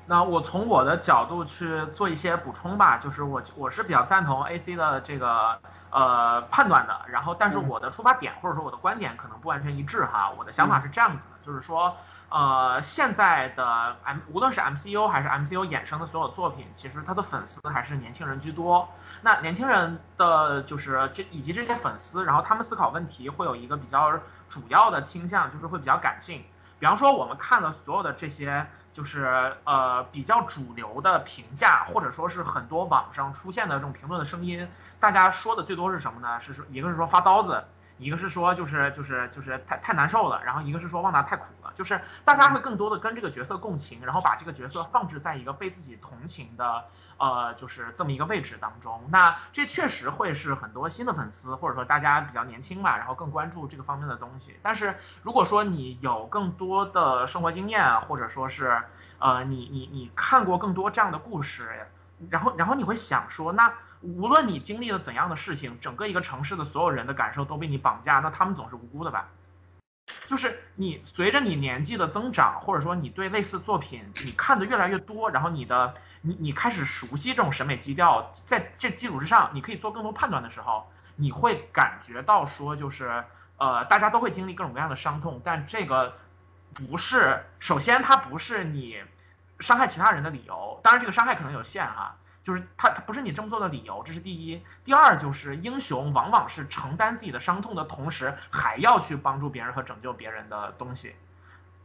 [SPEAKER 3] 那我从我的角度去做一些补充吧，就是我我是比较赞同 A C 的这个呃判断的，然后但是
[SPEAKER 1] 嗯
[SPEAKER 3] 我的出发点或者说我的观点可能不完全一致哈，我的想法是这样子的，就是说呃现在的 M 无论是 M C U 还是 M C U 衍生的所有作品，其实它的粉丝还是年轻人居多，那年轻人的就是这以及这些粉丝，然后他们思考问题会有一个比较主要的倾向，就是会比较感性。比方说，我们看了所有的这些，就是呃比较主流的评价，或者说是很多网上出现的这种评论的声音，大家说的最多是什么呢？是说一个是说发刀子，一个是说就是就是就是太太难受了，然后一个是说旺达太苦了，就是大家会更多的跟这个角色共情，然后把这个角色放置在一个被自己同情的呃就是这么一个位置当中。那这确实会是很多新的粉丝或者说大家比较年轻嘛，然后更关注这个方面的东西。但是如果说你有更多的生活经验啊，或者说是呃你你你看过更多这样的故事，然后然后你会想说那。无论你经历了怎样的事情，整个一个城市的所有人的感受都被你绑架，那他们总是无辜的吧？就是你随着你年纪的增长，或者说你对类似作品你看的越来越多，然后你的你你开始熟悉这种审美基调，在这基础之上，你可以做更多判断的时候，你会感觉到说，就是呃，大家都会经历各种各样的伤痛，但这个不是首先它不是你伤害其他人的理由，当然这个伤害可能有限哈、就是他他不是你这么做的理由，这是第一。第二就是英雄往往是承担自己的伤痛的同时，还要去帮助别人和拯救别人的东西。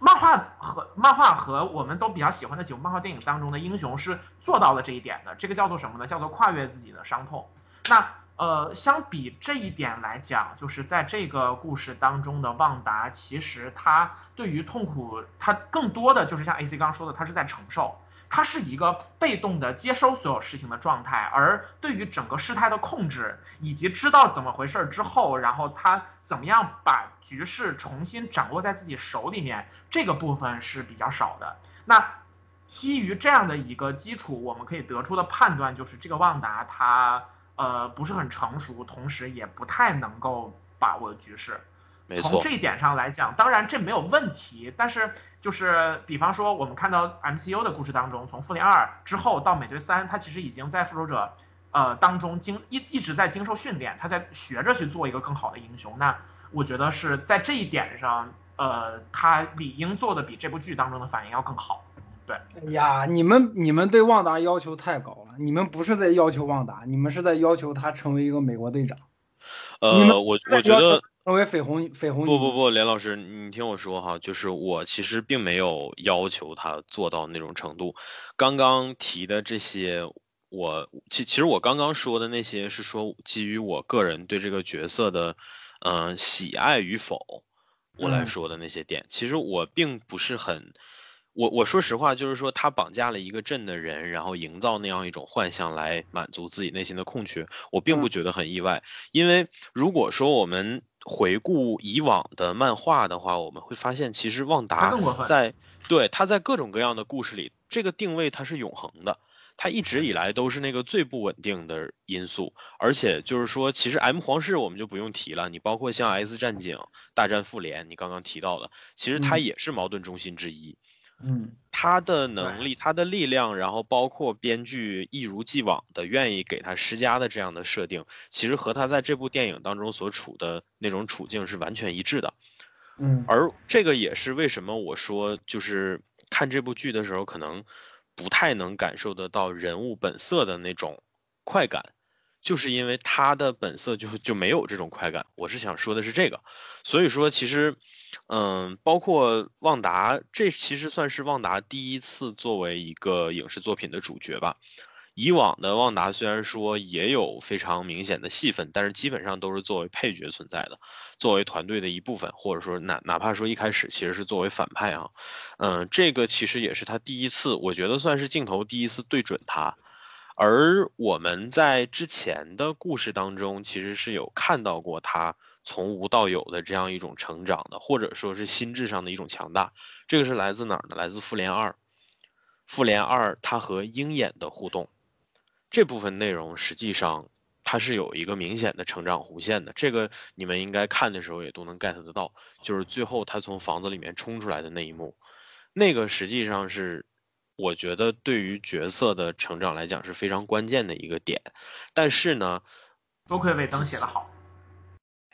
[SPEAKER 3] 漫画和漫画和我们都比较喜欢的几部漫画电影当中的英雄是做到了这一点的，这个叫做什么呢？叫做跨越自己的伤痛。那呃，相比这一点来讲，就是在这个故事当中的旺达，其实他对于痛苦，他更多的就是像 A C 刚刚说的，他是在承受。他是一个被动的接收所有事情的状态，而对于整个事态的控制，以及知道怎么回事儿之后，然后他怎么样把局势重新掌握在自己手里面，这个部分是比较少的。那基于这样的一个基础，我们可以得出的判断就是，这个旺达他呃不是很成熟，同时也不太能够把握局势。
[SPEAKER 2] 没
[SPEAKER 3] 从
[SPEAKER 2] 错
[SPEAKER 3] 这，一点上来讲，当然这没有问题，但是就是比方说，我们看到 MCU 的故事当中，从复联二之后到美队三，他其实已经在复仇者，呃当中经一一直在经受训练，他在学着去做一个更好的英雄。那我觉得是在这一点上，呃，他理应做的比这部剧当中的反应要更好。
[SPEAKER 1] 哎呀，你们你们对旺达要求太高了，你们不是在要求旺达，你们是在要求他成为一个美国队长，你
[SPEAKER 2] 呃，
[SPEAKER 1] 们
[SPEAKER 2] 我
[SPEAKER 1] 在
[SPEAKER 2] 我觉
[SPEAKER 1] 要求
[SPEAKER 2] 得
[SPEAKER 1] 成为绯红绯红
[SPEAKER 2] 不不
[SPEAKER 1] 女
[SPEAKER 2] 不，连老师，你听我说哈，就是我其实并没有要求他做到那种程度。刚刚提的这些，我其其实我刚刚说的那些是说基于我个人对这个角色的，嗯、喜爱与否，我来
[SPEAKER 1] 嗯
[SPEAKER 2] 说的那些点。其实我并不是很，我我说实话，就是说他绑架了一个镇的人，然后营造那样一种幻象来满足自己内心的空缺，我并不觉得很意外。因为如果说我们回顾以往的漫画的话，我们会发现，其实旺
[SPEAKER 3] 他
[SPEAKER 2] 达
[SPEAKER 3] 更过分。
[SPEAKER 2] 在对他在各种各样的故事里，这个定位它是永恒的，它一直以来都是那个最不稳定的因素。而且就是说，其实 M 皇室我们就不用提了，你包括像 S 战警、大战复联，你刚刚提到的，其实它
[SPEAKER 1] 嗯
[SPEAKER 2] 也是矛盾中心之一。
[SPEAKER 1] 嗯，
[SPEAKER 2] 他的能力、他的力量，然后包括编剧一如既往的愿意给他施加的这样的设定，其实和他在这部电影当中所处的那种处境是完全一致的。
[SPEAKER 1] 嗯
[SPEAKER 2] 而这个也是为什么我说，就是看这部剧的时候，可能不太能感受得到人物本色的那种快感，就是因为他的本色就就没有这种快感。我是想说的是这个，所以说其实，嗯，包括旺达，这其实算是旺达第一次作为一个影视作品的主角吧。以往的旺达虽然说也有非常明显的戏份，但是基本上都是作为配角存在的。作为团队的一部分，或者说哪哪怕说一开始其实是作为反派啊，嗯、这个其实也是他第一次，我觉得算是镜头第一次对准他。而我们在之前的故事当中，其实是有看到过他从无到有的这样一种成长的，或者说是心智上的一种强大。这个是来自哪儿呢？来自复联二。复联二它和鹰眼的互动，这部分内容实际上它是有一个明显的成长弧线的，这个你们应该看的时候也都能 get 得到，就是最后他从房子里面冲出来的那一幕，那个实际上是我觉得对于角色的成长来讲是非常关键的一个点，但是呢，
[SPEAKER 3] 多亏尾灯写得好，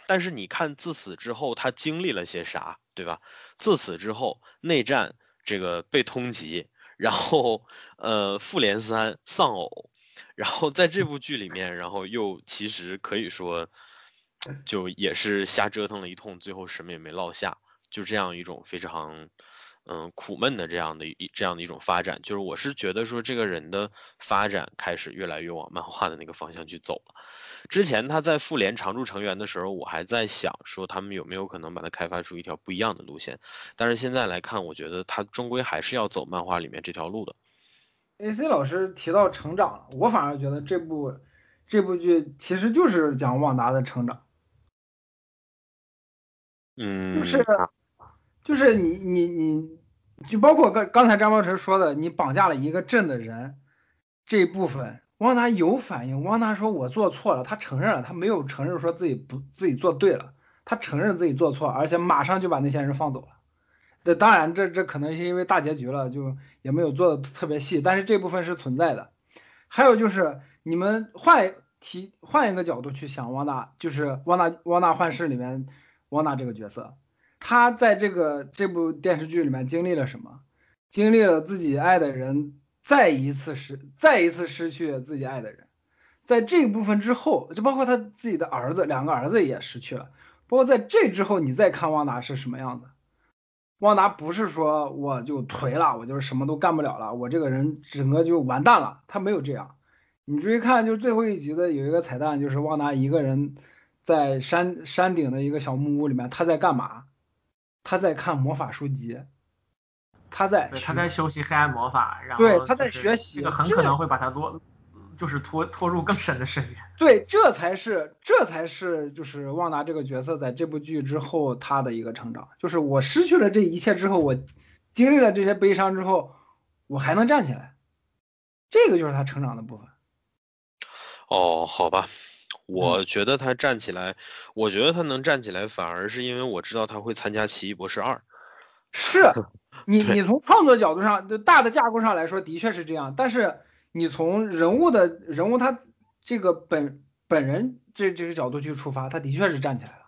[SPEAKER 2] 但是你看，自此之后他经历了些啥，对吧？自此之后，内战这个被通缉，然后呃，复联三丧偶，然后在这部剧里面，然后又其实可以说，就也是瞎折腾了一通，最后什么也没落下，就这样一种非常嗯苦闷的这样的一这样的一种发展。就是我是觉得说这个人的发展开始越来越往漫画的那个方向去走了。之前他在复联常驻成员的时候，我还在想说他们有没有可能把它开发出一条不一样的路线，但是现在来看，我觉得他终归还是要走漫画里面这条路的。
[SPEAKER 1] A C 老师提到成长了，我反而觉得这部这部剧其实就是讲旺达的成长，
[SPEAKER 2] 嗯，
[SPEAKER 1] 就是就是你你你，就包括刚刚才张茂成说的，你绑架了一个镇的人这一部分，汪达有反应，汪达说我做错了，他承认了，他没有承认说自己不自己做对了，他承认自己做错，而且马上就把那些人放走了。那当然这，这可能是因为大结局了，就也没有做的特别细，但是这部分是存在的。还有就是你们换提换一个角度去想汪达，就是汪达汪达幻视里面汪达这个角色，他在这个这部电视剧里面经历了什么？经历了自己爱的人再一次失再一次失去自己爱的人，在这一部分之后，就包括他自己的儿子，两个儿子也失去了，包括在这之后，你再看汪达是什么样子。旺达不是说我就颓了，我就是什么都干不了了，我这个人整个就完蛋了。他没有这样，你注意看，就最后一集的有一个彩蛋，就是旺达一个人在山山顶的一个小木屋里面，他在干嘛？他在看魔法书籍，他在
[SPEAKER 3] 对，
[SPEAKER 1] 学
[SPEAKER 3] 他在修习黑暗魔法，然后
[SPEAKER 1] 对他在
[SPEAKER 3] 就是
[SPEAKER 1] 学习
[SPEAKER 3] 这个很
[SPEAKER 1] 这
[SPEAKER 3] 可能会把他落，就是拖拖入更深的深渊。
[SPEAKER 1] 对，这才是这才是就是旺达这个角色在这部剧之后他的一个成长，就是我失去了这一切之后，我经历了这些悲伤之后，我还能站起来，这个就是他成长的部分。
[SPEAKER 2] 哦，好吧，
[SPEAKER 1] 嗯
[SPEAKER 2] 我觉得他站起来，我觉得他能站起来，反而是因为我知道他会参加《奇异博士二》。
[SPEAKER 1] 是你你从创作角度上，就大的架构上来说，的确是这样。但是你从人物的人物他这个本本人这这个角度去出发，他的确是站起来了。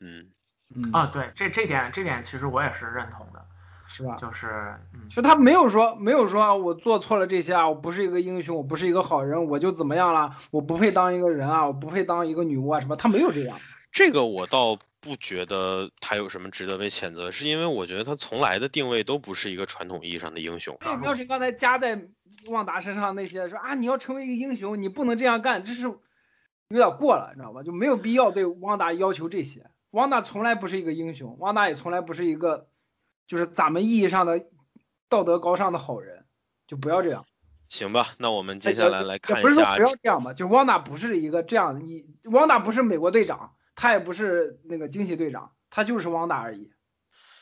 [SPEAKER 2] 嗯，
[SPEAKER 1] 嗯
[SPEAKER 3] 啊，，对，这这点这点其实我也是认同的，
[SPEAKER 1] 是吧？
[SPEAKER 3] 就是嗯，
[SPEAKER 1] 就他没有说没有说啊我做错了这些啊，我不是一个英雄，我不是一个好人，我就怎么样了，我不配当一个人啊，我不配当一个女巫啊什么，他没有这样。
[SPEAKER 2] 这个我倒不觉得他有什么值得被谴责，是因为我觉得他从来的定位都不是一个传统意义上的英雄。
[SPEAKER 1] 这要是刚才加在旺达身上那些说啊，你要成为一个英雄，你不能这样干，这是有点过了，你知道吧？就没有必要对旺达要求这些。旺达从来不是一个英雄，旺达也从来不是一个，就是咱们意义上的道德高尚的好人，就不要这样。
[SPEAKER 2] 行吧，那我们接
[SPEAKER 1] 哎
[SPEAKER 2] 下
[SPEAKER 1] 也
[SPEAKER 2] 来来
[SPEAKER 1] 也
[SPEAKER 2] 看
[SPEAKER 1] 不
[SPEAKER 2] 一
[SPEAKER 1] 是说
[SPEAKER 2] 下
[SPEAKER 1] 不要这样吧，就旺达不是一个这样，你旺达不是美国队长，他也不是那个惊奇队长，他就是旺达而已。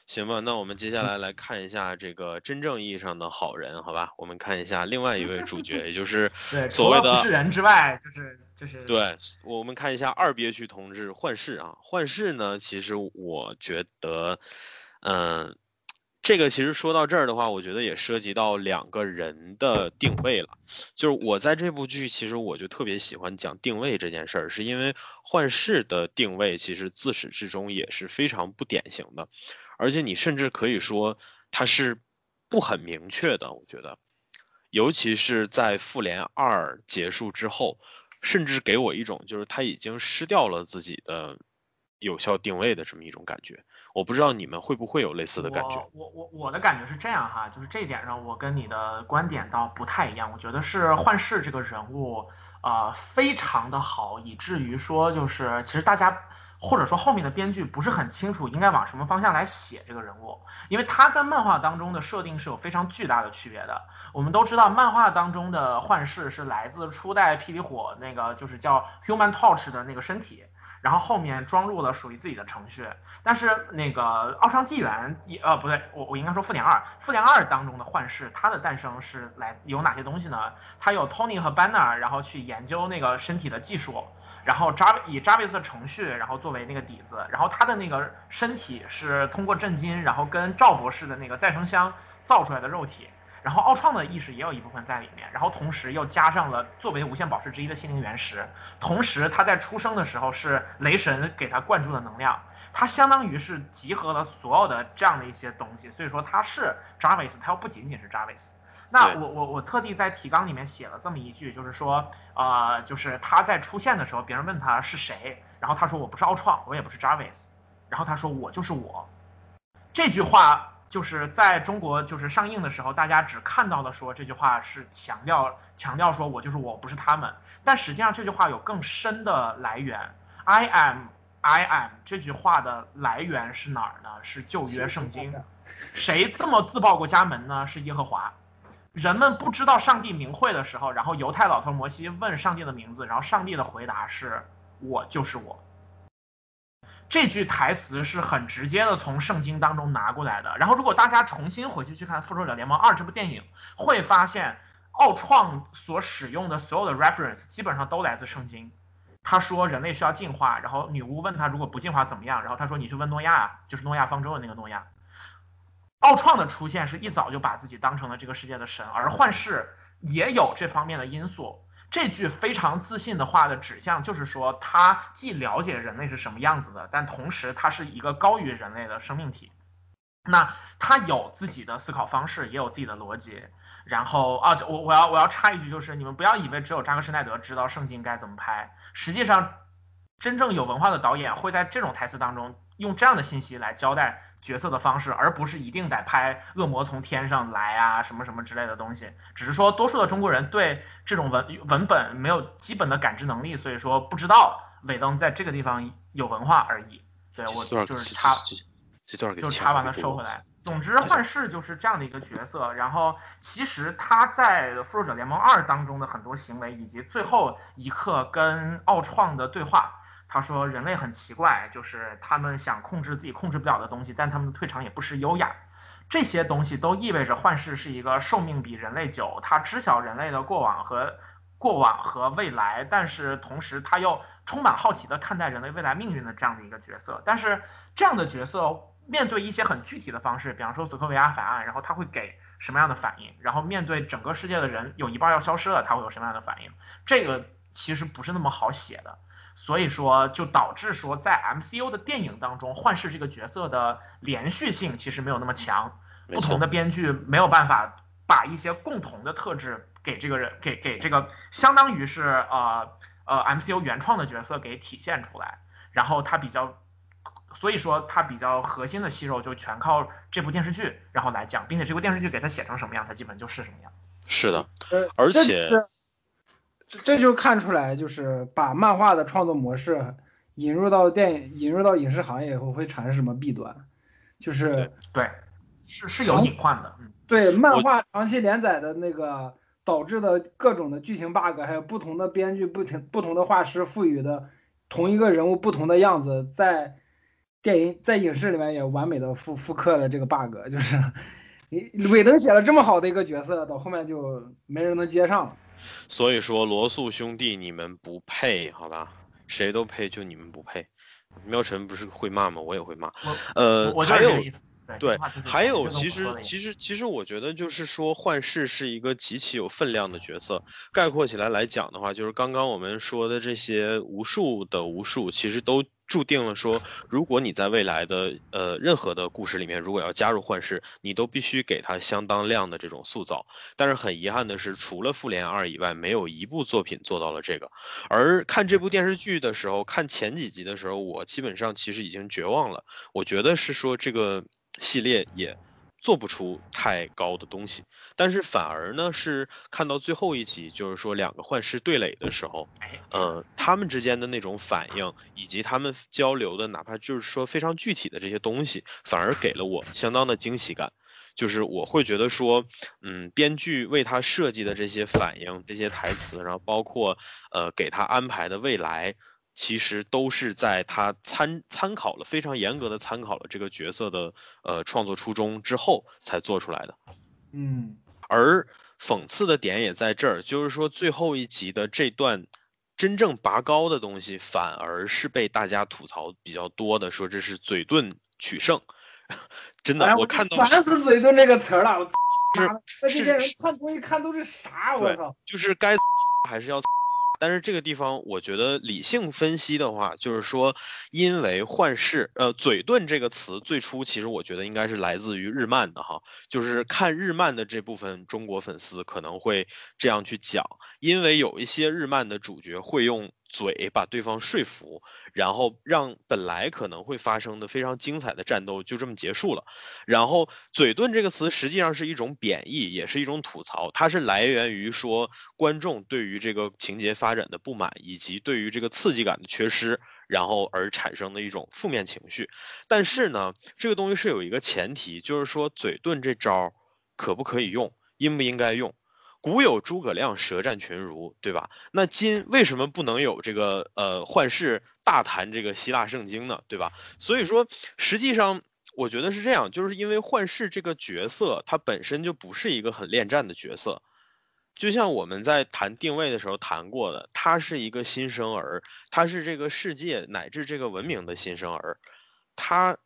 [SPEAKER 2] 行吧，那我们接下来来看一下这个真正意义上的好人，好吧？我们看一下另外一位主角，也就是
[SPEAKER 3] 对，
[SPEAKER 2] 所
[SPEAKER 3] 除
[SPEAKER 2] 谓
[SPEAKER 3] 了
[SPEAKER 2] 的
[SPEAKER 3] 不是人之外，就是就是
[SPEAKER 2] 对，我们看一下二憋屈同志幻视啊，幻视呢，其实我觉得，嗯、这个其实说到这儿的话，我觉得也涉及到两个人的定位了。就是我在这部剧，其实我就特别喜欢讲定位这件事儿，是因为幻视的定位其实自始至终也是非常不典型的，而且你甚至可以说它是不很明确的，我觉得。尤其是在复联二结束之后，甚至给我一种就是他已经失掉了自己的有效定位的这么一种感觉。我不知道你们会不会有类似的感觉？
[SPEAKER 3] 我我我我的感觉是这样哈，就是这一点上我跟你的观点倒不太一样。我觉得是幻视这个人物，呃，非常的好，以至于说就是其实大家或者说后面的编剧不是很清楚应该往什么方向来写这个人物，因为他跟漫画当中的设定是有非常巨大的区别的。我们都知道，漫画当中的幻视是来自初代霹雳火那个就是叫 Human Torch 的那个身体。然后后面装入了属于自己的程序，但是那个奥创纪元一呃不对，我我应该说复联二，复联二当中的幻视，它的诞生是来有哪些东西呢？它有 Tony 和 Banner，然后去研究那个身体的技术，然后 Jar 以 Jarvis 的程序，然后作为那个底子，然后他的那个身体是通过震惊，然后跟赵博士的那个再生箱造出来的肉体。然后奥创的意识也有一部分在里面，然后同时又加上了作为无限宝石之一的心灵原石，同时他在出生的时候是雷神给他灌注的能量，他相当于是集合了所有的这样的一些东西，所以说他是 Jarvis，他又不仅仅是 Jarvis。那
[SPEAKER 2] 对
[SPEAKER 3] 我我我特地在提纲里面写了这么一句，就是说，呃，就是他在出现的时候，别人问他是谁，然后他说我不是奥创，我也不是 Jarvis，然后他说我就是我，这句话就是在中国就是上映的时候，大家只看到了说这句话是强调强调说我就是我不是他们，但实际上这句话有更深的来源，I am I am 这句话的来源是哪儿呢？是旧约圣经。谁这么自报过家门呢？是耶和华。人们不知道上帝名讳的时候，然后犹太老头摩西问上帝的名字，然后上帝的回答是“我就是我”。这句台词是很直接的从圣经当中拿过来的。然后，如果大家重新回去去看《复仇者联盟二》这部电影，会发现奥创所使用的所有的 reference 基本上都来自圣经。他说人类需要进化，然后女巫问他如果不进化怎么样，然后他说你去问诺亚，就是诺亚方舟的那个诺亚。奥创的出现是一早就把自己当成了这个世界的神，而幻视也有这方面的因素。这句非常自信的话的指向就是说，他既了解人类是什么样子的，但同时他是一个高于人类的生命体。那他有自己的思考方式，也有自己的逻辑。然后啊，我我要我要插一句，就是你们不要以为只有扎克施耐德知道圣经该怎么拍，实际上真正有文化的导演会在这种台词当中用这样的信息来交代。角色的方式，而不是一定得拍恶魔从天上来啊什么什么之类的东西。只是说，多数的中国人对这种文文本没有基本的感知能力，所以说不知道尾灯在这个地方有文化而已。对我就是插，
[SPEAKER 2] 这段
[SPEAKER 3] 就是插完了收回来。总之，幻视就是这样的一个角色。然后，其实他在《复仇者联盟二》当中的很多行为，以及最后一刻跟奥创的对话。他说：“人类很奇怪，就是他们想控制自己控制不了的东西，但他们的退场也不失优雅。这些东西都意味着幻视是一个寿命比人类久，他知晓人类的过往和过往和未来，但是同时他又充满好奇的看待人类未来命运的这样的一个角色。但是这样的角色面对一些很具体的方式，比方说索科维亚法案，然后他会给什么样的反应？然后面对整个世界的人有一半要消失了，他会有什么样的反应？这个其实不是那么好写的。”所以说，就导致说，在 MCU 的电影当中，幻视这个角色的连续性其实没有那么强。不同的编剧没有办法把一些共同的特质给这个人，给给这个，相当于是呃呃 MCU 原创的角色给体现出来。然后他比较，所以说他比较核心的息肉就全靠这部电视剧然后来讲，并且这部电视剧给他写成什么样，他基本就是什么样。
[SPEAKER 2] 是的，
[SPEAKER 1] 呃
[SPEAKER 2] 而
[SPEAKER 1] 这
[SPEAKER 2] 且
[SPEAKER 1] 是这这就看出来，就是把漫画的创作模式引入到电影、引入到影视行业以后会产生什么弊端，就是
[SPEAKER 3] 对，是是有隐患的。嗯，
[SPEAKER 1] 对漫
[SPEAKER 2] 我
[SPEAKER 1] 画长期连载的那个导致的各种的剧情 bug，还有不同的编剧、不同不同的画师赋予的同一个人物不同的样子，在电影在影视里面也完美的复复刻了这个 bug，就是你韦登写了这么好的一个角色，到后面就没人能接上了。
[SPEAKER 2] 所以说罗素兄弟你们不配，好吧？谁都配，就你们不配。喵晨不是会骂吗？我也会骂。
[SPEAKER 3] 我
[SPEAKER 2] 呃，
[SPEAKER 3] 我就
[SPEAKER 2] 还
[SPEAKER 3] 是这
[SPEAKER 2] 有
[SPEAKER 3] 个意思。
[SPEAKER 2] 对
[SPEAKER 3] 这话就是
[SPEAKER 2] 还
[SPEAKER 3] 就
[SPEAKER 2] 有，
[SPEAKER 3] 跟
[SPEAKER 2] 其
[SPEAKER 3] 我说
[SPEAKER 2] 实
[SPEAKER 3] 的一样
[SPEAKER 2] 其实其实，我觉得就是说，幻视是一个极其有分量的角色。概括起来来讲的话，就是刚刚我们说的这些无数的无数，其实都注定了说，如果你在未来的呃任何的故事里面，如果要加入幻视，你都必须给它相当量的这种塑造。但是很遗憾的是，除了《复联二》以外，没有一部作品做到了这个。而看这部电视剧的时候，看前几集的时候，我基本上其实已经绝望了。我觉得是说这个系列也做不出太高的东西，但是反而呢是看到最后一集，就是说两个幻师对垒的时候，
[SPEAKER 3] 哎
[SPEAKER 2] 呃，他们之间的那种反应以及他们交流的，哪怕就是说非常具体的这些东西，反而给了我相当的惊喜感。就是我会觉得说，嗯，编剧为他设计的这些反应、这些台词，然后包括呃给他安排的未来，其实都是在他参参考了非常严格的参考了这个角色的呃创作初衷之后才做出来的。
[SPEAKER 1] 嗯，
[SPEAKER 2] 而讽刺的点也在这儿，就是说最后一集的这段真正拔高的东西，反而是被大家吐槽比较多的，说这是嘴遁取胜。 [LAUGHS] 真的，
[SPEAKER 1] 哎呀
[SPEAKER 2] 我看到
[SPEAKER 1] 烦死“嘴遁”这个词儿了，我操！
[SPEAKER 2] 是
[SPEAKER 1] 妈的那这
[SPEAKER 2] 是
[SPEAKER 1] 些人
[SPEAKER 2] 是
[SPEAKER 1] 看东西看都是啥？我
[SPEAKER 2] 对
[SPEAKER 1] 操！
[SPEAKER 2] 就是该还是要，但是这个地方我觉得理性分析的话，就是说，因为幻视，呃，嘴遁这个词最初其实我觉得应该是来自于日漫的哈，就是看日漫的这部分中国粉丝可能会这样去讲，因为有一些日漫的主角会用嘴把对方说服，然后让本来可能会发生的非常精彩的战斗就这么结束了。然后“嘴遁”这个词实际上是一种贬义，也是一种吐槽，它是来源于说观众对于这个情节发展的不满，以及对于这个刺激感的缺失，然后而产生的一种负面情绪。但是呢，这个东西是有一个前提，就是说嘴遁这招儿可不可以用，应不应该用。古有诸葛亮舌战群儒，对吧？那今为什么不能有这个呃幻视大谈这个希腊圣经呢？对吧？所以说，实际上我觉得是这样，就是因为幻视这个角色，他本身就不是一个很恋战的角色。就像我们在谈定位的时候谈过的，他是一个新生儿，他是这个世界乃至这个文明的新生儿，他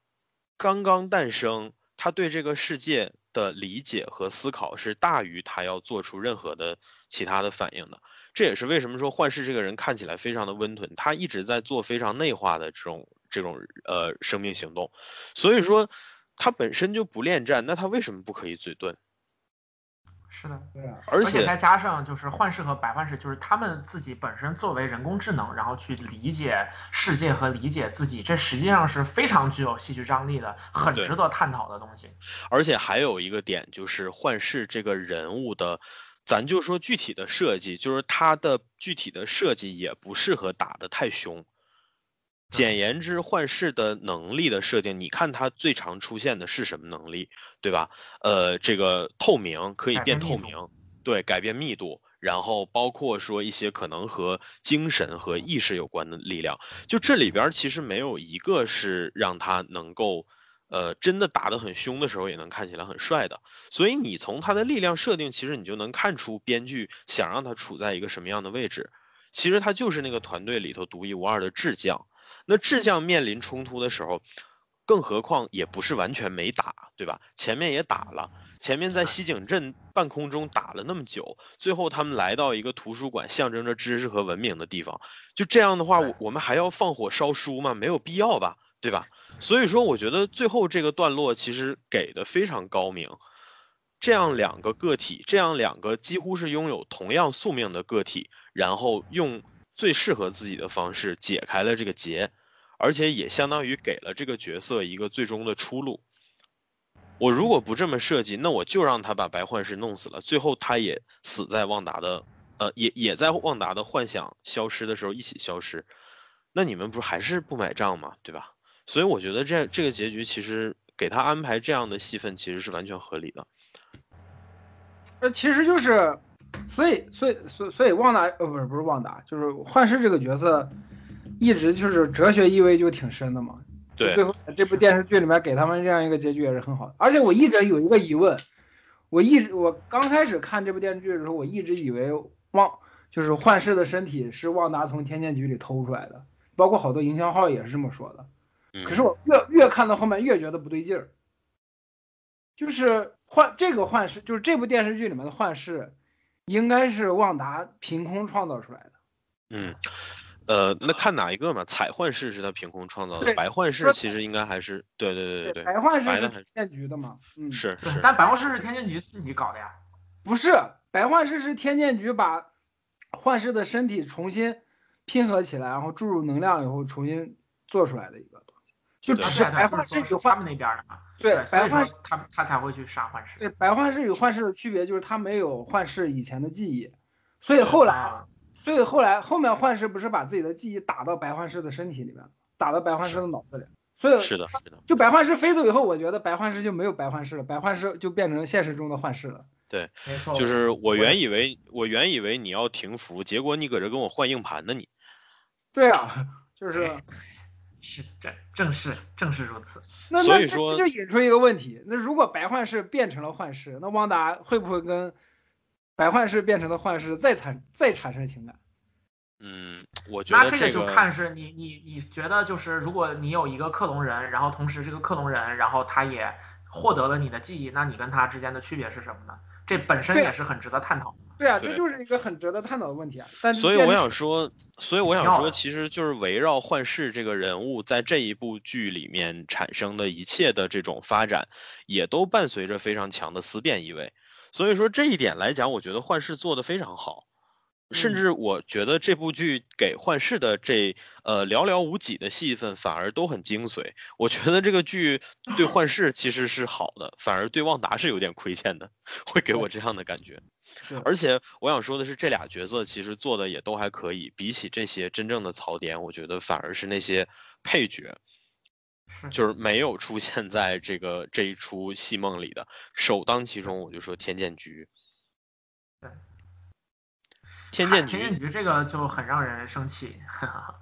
[SPEAKER 2] 刚刚诞生，他对这个世界的理解和思考是大于他要做出任何的其他的反应的。这也是为什么说幻视这个人看起来非常的温吞，他一直在做非常内化的这种这种呃生命行动，所以说他本身就不恋战，那他为什么不可以嘴遁？
[SPEAKER 3] 是的。
[SPEAKER 1] 对啊，
[SPEAKER 2] 而
[SPEAKER 3] 且
[SPEAKER 2] 且
[SPEAKER 3] 再加上就是幻视和白幻视，就是他们自己本身作为人工智能，然后去理解世界和理解自己，这实际上是非常具有戏剧张力的，很
[SPEAKER 2] 对
[SPEAKER 3] 值得探讨的东西。
[SPEAKER 2] 而且还有一个点就是幻视这个人物的，咱就说具体的设计，就是他的具体的设计也不适合打得太凶。简言之，幻视的能力的设定，你看他最常出现的是什么能力，对吧？呃，这个透明可以
[SPEAKER 3] 改
[SPEAKER 2] 变
[SPEAKER 3] 变
[SPEAKER 2] 透
[SPEAKER 3] 密
[SPEAKER 2] 明，对，改变密度，然后包括说一些可能和精神和意识有关的力量，就这里边儿其实没有一个是让他能够，呃，真的打得很凶的时候也能看起来很帅的。所以你从他的力量设定，其实你就能看出编剧想让他处在一个什么样的位置。其实他就是那个团队里头独一无二的智将。那智将面临冲突的时候，更何况也不是完全没打，对吧？前面也打了，前面在西井镇半空中打了那么久，最后他们来到一个图书馆，象征着知识和文明的地方。就这样的话，我我们还要放火烧书吗？没有必要吧，对吧？所以说，我觉得最后这个段落其实给的非常高明。这样两个个体，这样两个几乎是拥有同样宿命的个体，然后用最适合自己的方式解开了这个结，而且也相当于给了这个角色一个最终的出路。我如果不这么设计，那我就让他把白幻视弄死了，最后他也死在旺达的，呃，也也在旺达的幻想消失的时候一起消失。那你们不是还是不买账吗？对吧？所以我觉得这这个结局其实给他安排这样的戏份其实是完全合理的。
[SPEAKER 1] 呃，其实就是，所以所以所以所以旺达呃不是不是旺达，就是幻视这个角色，一直就是哲学意味就挺深的嘛。就最
[SPEAKER 2] 对，
[SPEAKER 1] 后这部电视剧里面给他们这样一个结局也是很好的。而且我一直有一个疑问，我一直我刚开始看这部电视剧的时候，我一直以为旺就是幻视的身体是旺达从天剑局里偷出来的，包括好多营销号也是这么说的。可是
[SPEAKER 2] 嗯
[SPEAKER 1] 我越越看到后面越觉得不对劲儿，就是幻这个幻视，就是这部电视剧里面的幻视，应该是旺达凭空创造出来的。
[SPEAKER 2] 嗯，呃，那看哪一个嘛？彩幻视是他凭空创造的，
[SPEAKER 1] 对
[SPEAKER 2] 白幻视
[SPEAKER 1] 说
[SPEAKER 2] 其实应该还是对对对对
[SPEAKER 1] 白幻视
[SPEAKER 2] 白的
[SPEAKER 1] 是
[SPEAKER 2] 还是
[SPEAKER 1] 天剑局的嘛？嗯，
[SPEAKER 2] 是
[SPEAKER 3] 对
[SPEAKER 2] 是，
[SPEAKER 3] 但白幻视是天剑局自己搞的呀。
[SPEAKER 1] 不是白幻视是天剑局把幻视的身体重新拼合起来，然后注入能量以后重新做出来的一个东西，就
[SPEAKER 2] 对
[SPEAKER 1] 只是
[SPEAKER 3] 啊，对啊，
[SPEAKER 1] 白
[SPEAKER 3] 对啊，就
[SPEAKER 1] 幻
[SPEAKER 3] 是
[SPEAKER 1] 视
[SPEAKER 3] 说
[SPEAKER 1] 与
[SPEAKER 3] 是他
[SPEAKER 1] 幻
[SPEAKER 3] 们那边的嘛。
[SPEAKER 1] 对
[SPEAKER 3] 所
[SPEAKER 1] 白
[SPEAKER 3] 以说
[SPEAKER 1] 幻视
[SPEAKER 3] 他们他才会去杀幻视。
[SPEAKER 1] 对白幻视与幻视的区别就是它没有幻视以前的记忆，所以后来
[SPEAKER 3] 啊，
[SPEAKER 1] 所以后来后面幻视不是把自己的记忆打到白幻视的身体里面，打到白幻视的脑子里，所以
[SPEAKER 2] 是的是的，
[SPEAKER 1] 就白幻视飞走以后，我觉得白幻视就没有白幻视了，白幻视就变成现实中的幻视了。
[SPEAKER 3] 没错。
[SPEAKER 2] 就是我
[SPEAKER 3] 也
[SPEAKER 2] 原以为我原以为你要停服，结果你搁这跟我换硬盘呢你。
[SPEAKER 1] 对啊，
[SPEAKER 2] 哎
[SPEAKER 1] 就是
[SPEAKER 3] [LAUGHS] 是正正是正是如此。
[SPEAKER 1] 那
[SPEAKER 2] 所
[SPEAKER 1] 那
[SPEAKER 2] 以
[SPEAKER 1] 这
[SPEAKER 2] 说
[SPEAKER 1] 这就引出一个问题，那如果白幻视变成了幻视，那汪达会不会跟白幻视变成的幻视再产再产生情感？
[SPEAKER 2] 嗯，我觉
[SPEAKER 3] 那
[SPEAKER 2] 得
[SPEAKER 3] 个
[SPEAKER 2] 这
[SPEAKER 3] 就
[SPEAKER 2] 个
[SPEAKER 3] 看是你你你觉得就是，如果你有一个克隆人，然后同时这个克隆人，然后他也获得了你的记忆，那你跟他之间的区别是什么呢？这本身
[SPEAKER 1] 对
[SPEAKER 3] 也是很值得探讨的。
[SPEAKER 1] 对啊，
[SPEAKER 2] 对
[SPEAKER 1] 这就是一个很值得探讨的问题啊。但是
[SPEAKER 2] 所以
[SPEAKER 1] 电
[SPEAKER 2] 我
[SPEAKER 1] 视
[SPEAKER 2] 想说，所以我
[SPEAKER 3] 挺
[SPEAKER 2] 想
[SPEAKER 3] 好
[SPEAKER 2] 说，
[SPEAKER 3] 的
[SPEAKER 2] 其实就是围绕幻视这个人物在这一部剧里面产生的一切的这种发展，也都伴随着非常强的思辨意味。所以说这一点来讲，我觉得幻视做得非常好。
[SPEAKER 1] 嗯
[SPEAKER 2] 甚至我觉得这部剧给幻视的这呃寥寥无几的戏份反而都很精髓。我觉得这个剧对幻视其实是好的，反而对旺达是有点亏欠的，会给我这样的感觉。而且我想说的是，这俩角色其实做的也都还可以，比起这些真正的槽点，我觉得反而是那些配角，
[SPEAKER 3] 是
[SPEAKER 2] 就是没有出现在这个这一出戏梦里的，首当其冲，我就说天剑局
[SPEAKER 3] 对。
[SPEAKER 2] 天剑
[SPEAKER 3] 天
[SPEAKER 2] 局
[SPEAKER 3] 剑局这个就很让人生气， [LAUGHS] 哈哈哈。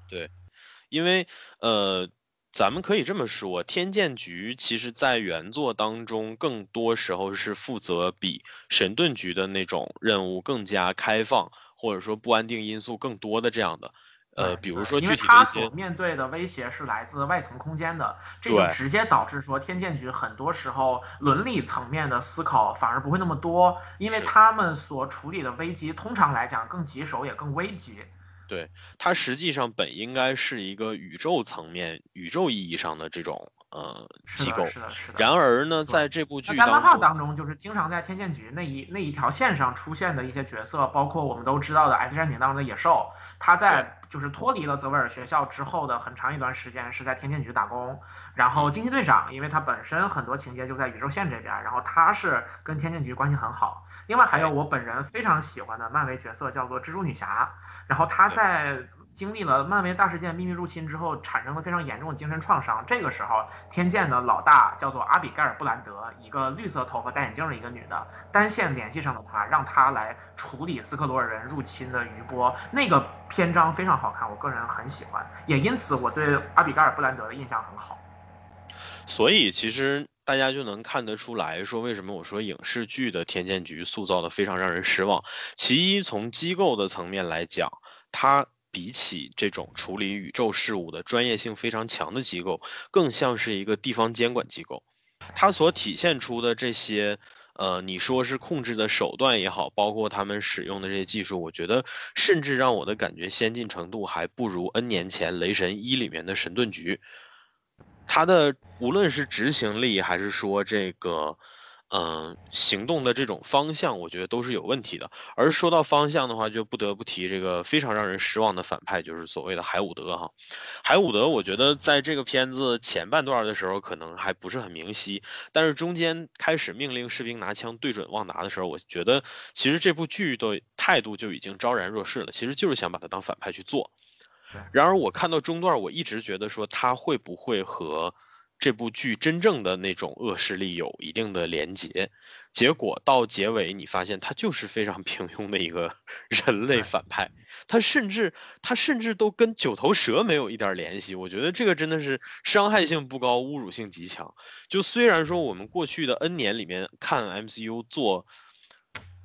[SPEAKER 2] 因为呃，咱们可以这么说，天剑局其实在原作当中，更多时候是负责比神盾局的那种任务更加开放，或者说不安定因素更多的这样的。呃，
[SPEAKER 3] 对
[SPEAKER 2] 比如
[SPEAKER 3] 对
[SPEAKER 2] 说
[SPEAKER 3] 因
[SPEAKER 2] 具
[SPEAKER 3] 为
[SPEAKER 2] 体的
[SPEAKER 3] 他
[SPEAKER 2] 一些
[SPEAKER 3] 所，面对的威胁是来自外层空间的，这
[SPEAKER 2] 对
[SPEAKER 3] 就直接导致说天剑局很多时候伦理层面的思考反而不会那么多，因为
[SPEAKER 2] 是
[SPEAKER 3] 他们所处理的危机通常来讲更棘手也更危急。
[SPEAKER 2] 它实际上本应该是一个宇宙层面、宇宙意义上的这种呃
[SPEAKER 3] 是
[SPEAKER 2] 机构
[SPEAKER 3] 的，。是的，是的。
[SPEAKER 2] 然而呢，
[SPEAKER 3] 对
[SPEAKER 2] 在这部剧
[SPEAKER 3] 那在漫画
[SPEAKER 2] 当中，
[SPEAKER 3] 当中，就是经常在天剑局那一那一条线上出现的一些角色，包括我们都知道的《X 战警》当中的野兽，他在就是脱离了泽维尔学校之后的很长一段时间是在天剑局打工。然
[SPEAKER 2] 嗯
[SPEAKER 3] 后惊奇队长，因为他本身很多情节就在宇宙线这边，然后他是跟天剑局关系很好。另外还有我本人非常喜欢的漫威角色叫做蜘蛛女侠，然后他
[SPEAKER 2] 对
[SPEAKER 3] 在经历了漫威大事件秘密入侵之后，产生了非常严重的精神创伤。这个时候，天剑的老大叫做阿比盖尔·布兰德，一个绿色头发、戴眼镜的一个女的，单线联系上了他，让他来处理斯克罗尔人入侵的余波。那个篇章非常好看，我个人很喜欢，也因此我对阿比盖尔·布兰德的印象很好。
[SPEAKER 2] 所以其实大家就能看得出来说，为什么我说影视剧的《天剑局》塑造的非常让人失望。其一，从机构的层面来讲，它比起这种处理宇宙事务的专业性非常强的机构，更像是一个地方监管机构。它所体现出的这些，呃，你说是控制的手段也好，包括他们使用的这些技术，我觉得甚至让我的感觉先进程度还不如 N 年前《雷神一》里面的神盾局。它的无论是执行力还是说这个，嗯、行动的这种方向，我觉得都是有问题的。而说到方向的话，就不得不提这个非常让人失望的反派，就是所谓的海伍德哈。海伍德，我觉得在这个片子前半段的时候可能还不是很明晰，但是中间开始命令士兵拿枪对准旺达的时候，我觉得其实这部剧的态度就已经昭然若市了，其实就是想把他当反派去做。然而我看到中段，我一直觉得说他会不会和这部剧真正的那种恶势力有一定的连结，结果到结尾你发现他就是非常 [LAUGHS] 平庸的一个人类反派，他甚至他甚至都跟九头蛇没有一点联系，我觉得这个真的是伤害性不高，侮辱性极强。就虽然说我们过去的 N 年里面看 MCU 做。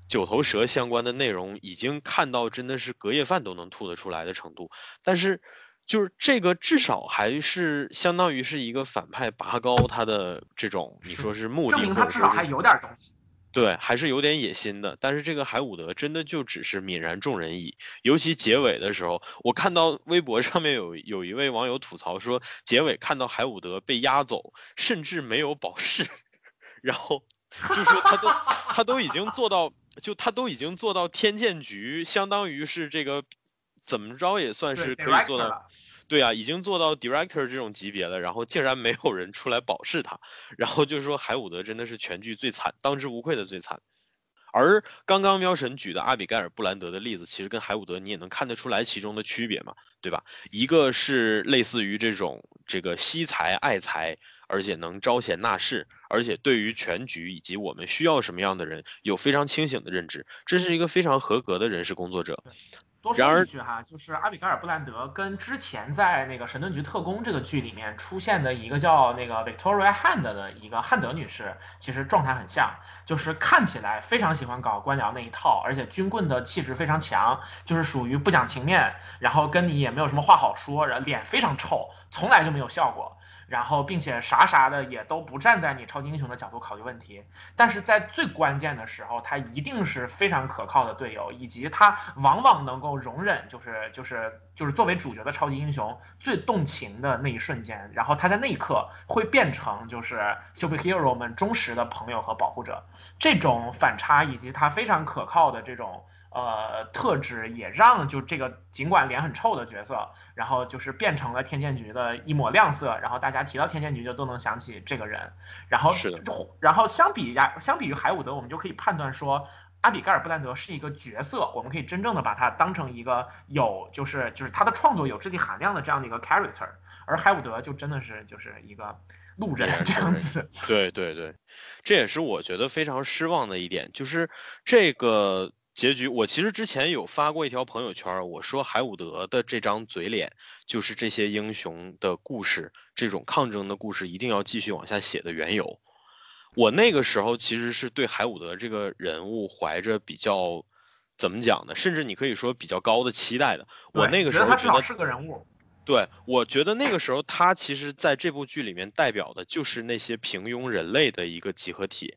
[SPEAKER 2] 九头蛇相关的内容已经看到，真的是隔夜饭都能吐得出来的程度。但是就是这个至少还是相当于是一个反派拔高他的这种，你
[SPEAKER 3] 是
[SPEAKER 2] 说是目的，
[SPEAKER 3] 证
[SPEAKER 2] 或
[SPEAKER 3] 明他
[SPEAKER 2] 者
[SPEAKER 3] 至少
[SPEAKER 2] 说
[SPEAKER 3] 还
[SPEAKER 2] 是
[SPEAKER 3] 有点东西。
[SPEAKER 2] 对，还是有点野心的。但是这个海伍德真的就只是泯然众人矣。尤其结尾的时候，我看到微博上面有有一位网友吐槽说，结尾看到海伍德被押走，甚至没有保释， [LAUGHS] 然
[SPEAKER 3] [LAUGHS]
[SPEAKER 2] 后就说他都他都已经做到，就他都已经做到天剑局，相当于是这个怎么着也算
[SPEAKER 3] 对
[SPEAKER 2] 是可以
[SPEAKER 3] director
[SPEAKER 2] 做到
[SPEAKER 3] 了
[SPEAKER 2] 对啊，已经做到 director 这种级别了，然后竟然没有人出来保释他，然后就说海伍德真的是全剧最惨，当之无愧的最惨。而刚刚喵神举的阿比盖尔·布兰德的例子，其实跟海伍德你也能看得出来其中的区别嘛，对吧？一个是类似于这种这个惜财爱财，而且能招贤纳士，而且对于全局以及我们需要什么样的人有非常清醒的认知，这是一个非常合格的人事工作者。
[SPEAKER 3] 多
[SPEAKER 2] 然
[SPEAKER 3] 说
[SPEAKER 2] 而
[SPEAKER 3] 一句哈，就是阿比盖尔·布兰德跟之前在那个《神盾局特工》这个剧里面出现的一个叫那个 Victoria Hand 的一个汉德女士，其实状态很像，就是看起来非常喜欢搞官僚那一套，而且军棍的气质非常强，就是属于不讲情面，然后跟你也没有什么话好说，然后脸非常臭，从来就没有效果。然后，并且啥啥的也都不站在你超级英雄的角度考虑问题，但是在最关键的时候，他一定是非常可靠的队友，以及他往往能够容忍，就是就是就是作为主角的超级英雄最动情的那一瞬间，然后他在那一刻会变成就是 superhero 们忠实的朋友和保护者。这种反差以及他非常可靠的这种呃特质，也让就这个尽管脸很臭的角色，然后就是变成了天剑局的一抹亮色，然后大家提到天剑局就都能想起这个人。然后
[SPEAKER 2] 是的
[SPEAKER 3] 就然后相比呀，相比于海伍德，我们就可以判断说。阿比盖尔·布兰德是一个角色，我们可以真正的把他当成一个有，就是就是他的创作有质地含量的这样的一个 character，而海伍德就真的是就是一个路人
[SPEAKER 2] 也是
[SPEAKER 3] 这
[SPEAKER 2] 路
[SPEAKER 3] 样
[SPEAKER 2] 人
[SPEAKER 3] 子。
[SPEAKER 2] 对对对，这也是我觉得非常失望的一点，就是这个结局。我其实之前有发过一条朋友圈儿，我说海伍德的这张嘴脸，就是这些英雄的故事，这种抗争的故事一定要继续往下写的缘由。我那个时候其实是对海伍德这个人物怀着比较，怎么讲呢？甚至你可以说比较高的期待的。我
[SPEAKER 3] 对
[SPEAKER 2] 那个
[SPEAKER 3] 觉
[SPEAKER 2] 时
[SPEAKER 3] 得
[SPEAKER 2] 候
[SPEAKER 3] 他至
[SPEAKER 2] 觉得
[SPEAKER 3] 少是个人物，
[SPEAKER 2] 对，我觉得那个时候他其实在这部剧里面代表的就是那些平庸人类的一个集合体。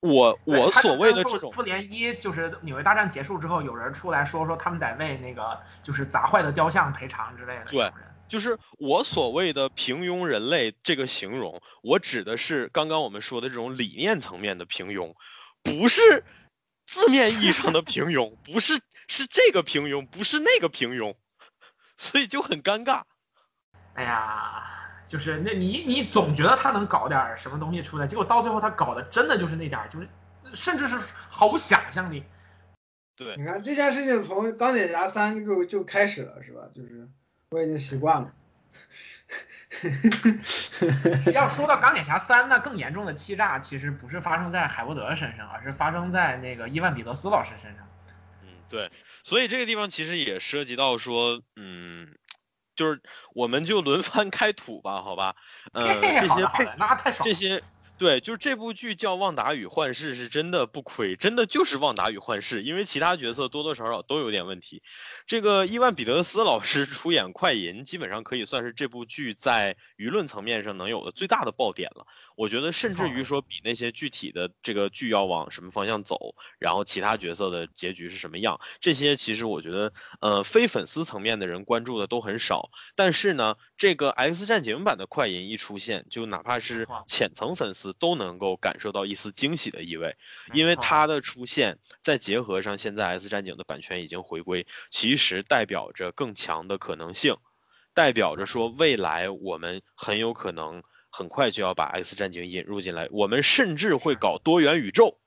[SPEAKER 2] 我
[SPEAKER 3] 对
[SPEAKER 2] 我
[SPEAKER 3] 他就
[SPEAKER 2] 所谓的
[SPEAKER 3] 跟复
[SPEAKER 2] 这种，
[SPEAKER 3] 复联一就是纽约大战结束之后，有人出来说说他们得为那个就是砸坏的雕像赔偿之类的。
[SPEAKER 2] 对，就是我所谓的平庸人类这个形容，我指的是刚刚我们说的这种理念层面的平庸，不是字面意义上的平庸，不是是这个平庸，不是那个平庸，所以就很尴尬。
[SPEAKER 3] 哎呀，就是那你你总觉得他能搞点儿什么东西出来，结果到最后他搞的真的就是那点儿，就是甚至是毫无想象力。
[SPEAKER 2] 对
[SPEAKER 1] 你，看这件事情从钢铁侠三就就开始了，是吧？就是我已经习惯了。
[SPEAKER 3] 要说到钢铁侠三，那更严重的欺诈其实不是发生在海沃德身上，而是发生在那个伊万彼得斯老师身上。
[SPEAKER 2] 嗯，对，所以这个地方其实也涉及到说，嗯，就是我们就轮番开土吧，好吧？呃，
[SPEAKER 3] 嘿
[SPEAKER 2] 这
[SPEAKER 3] 好
[SPEAKER 2] 些
[SPEAKER 3] 的好
[SPEAKER 2] 配
[SPEAKER 3] 的，那太爽
[SPEAKER 2] 这
[SPEAKER 3] 了。
[SPEAKER 2] 些，对，就是这部剧叫《旺达与幻视》，是真的不亏，真的就是《旺达与幻视》，因为其他角色多多少少都有点问题。这个伊万彼得斯老师出演快银，基本上可以算是这部剧在舆论层面上能有的最大的爆点了。我觉得
[SPEAKER 3] 哦
[SPEAKER 2] 甚至于说比那些具体的这个剧要往什么方向走，然后其他角色的结局是什么样，这些其实我觉得，呃，非粉丝层面的人关注的都很少。但是呢，这个 X 战警版的快银一出现，就哪怕
[SPEAKER 3] 没
[SPEAKER 2] 是
[SPEAKER 3] 错
[SPEAKER 2] 浅层粉丝都能够感受到一丝惊喜的意味，
[SPEAKER 3] 没
[SPEAKER 2] 因为
[SPEAKER 3] 错
[SPEAKER 2] 它的出现，再结合上现在 X 战警的版权已经回归，其实代表着更强的可能性，代表着说未来我们很有可能很快就要把 X 战警引入进来，我们甚至会搞多元宇宙。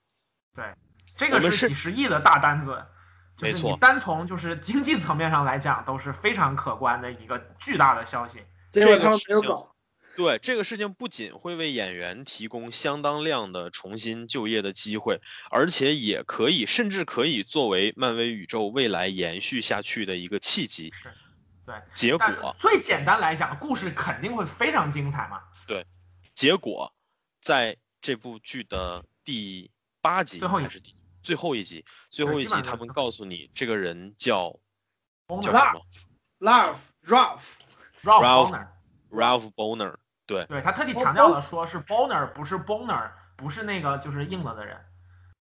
[SPEAKER 3] 这个
[SPEAKER 2] 我们
[SPEAKER 3] 是
[SPEAKER 2] 是
[SPEAKER 3] 几十亿的大单子，就
[SPEAKER 2] 没
[SPEAKER 3] 是你
[SPEAKER 2] 错
[SPEAKER 3] 单从就是经济层面上来讲，都是非常可观的一个巨大的消息。
[SPEAKER 1] 结果他们没有搞，
[SPEAKER 2] 对这个事情，不仅会为演员提供相当量的重新就业的机会，而且也可以，甚至可以作为漫威宇宙未来延续下去的一个契机。
[SPEAKER 3] 是对
[SPEAKER 2] 结
[SPEAKER 3] 但
[SPEAKER 2] 果，
[SPEAKER 3] 最简单来讲，故事肯定会非常精彩嘛。
[SPEAKER 2] 结果，在这部剧的第八集
[SPEAKER 3] 最后一
[SPEAKER 2] 还是第最后一集，最
[SPEAKER 3] 对
[SPEAKER 2] 后一
[SPEAKER 3] 基
[SPEAKER 2] 集
[SPEAKER 3] 本上
[SPEAKER 2] 他
[SPEAKER 3] 就是
[SPEAKER 2] 们
[SPEAKER 3] 最
[SPEAKER 2] 告诉你，这个人叫
[SPEAKER 3] 欧
[SPEAKER 2] 叫
[SPEAKER 1] 那
[SPEAKER 2] 什
[SPEAKER 1] 儿
[SPEAKER 2] 么
[SPEAKER 1] Love Ralph，
[SPEAKER 3] Ralph
[SPEAKER 2] Ralph
[SPEAKER 3] Boner，
[SPEAKER 2] ？Ralph Boner。对，
[SPEAKER 3] 对他特地强调了，说是 Boner，不是 Boner，不是那个就是硬了的人，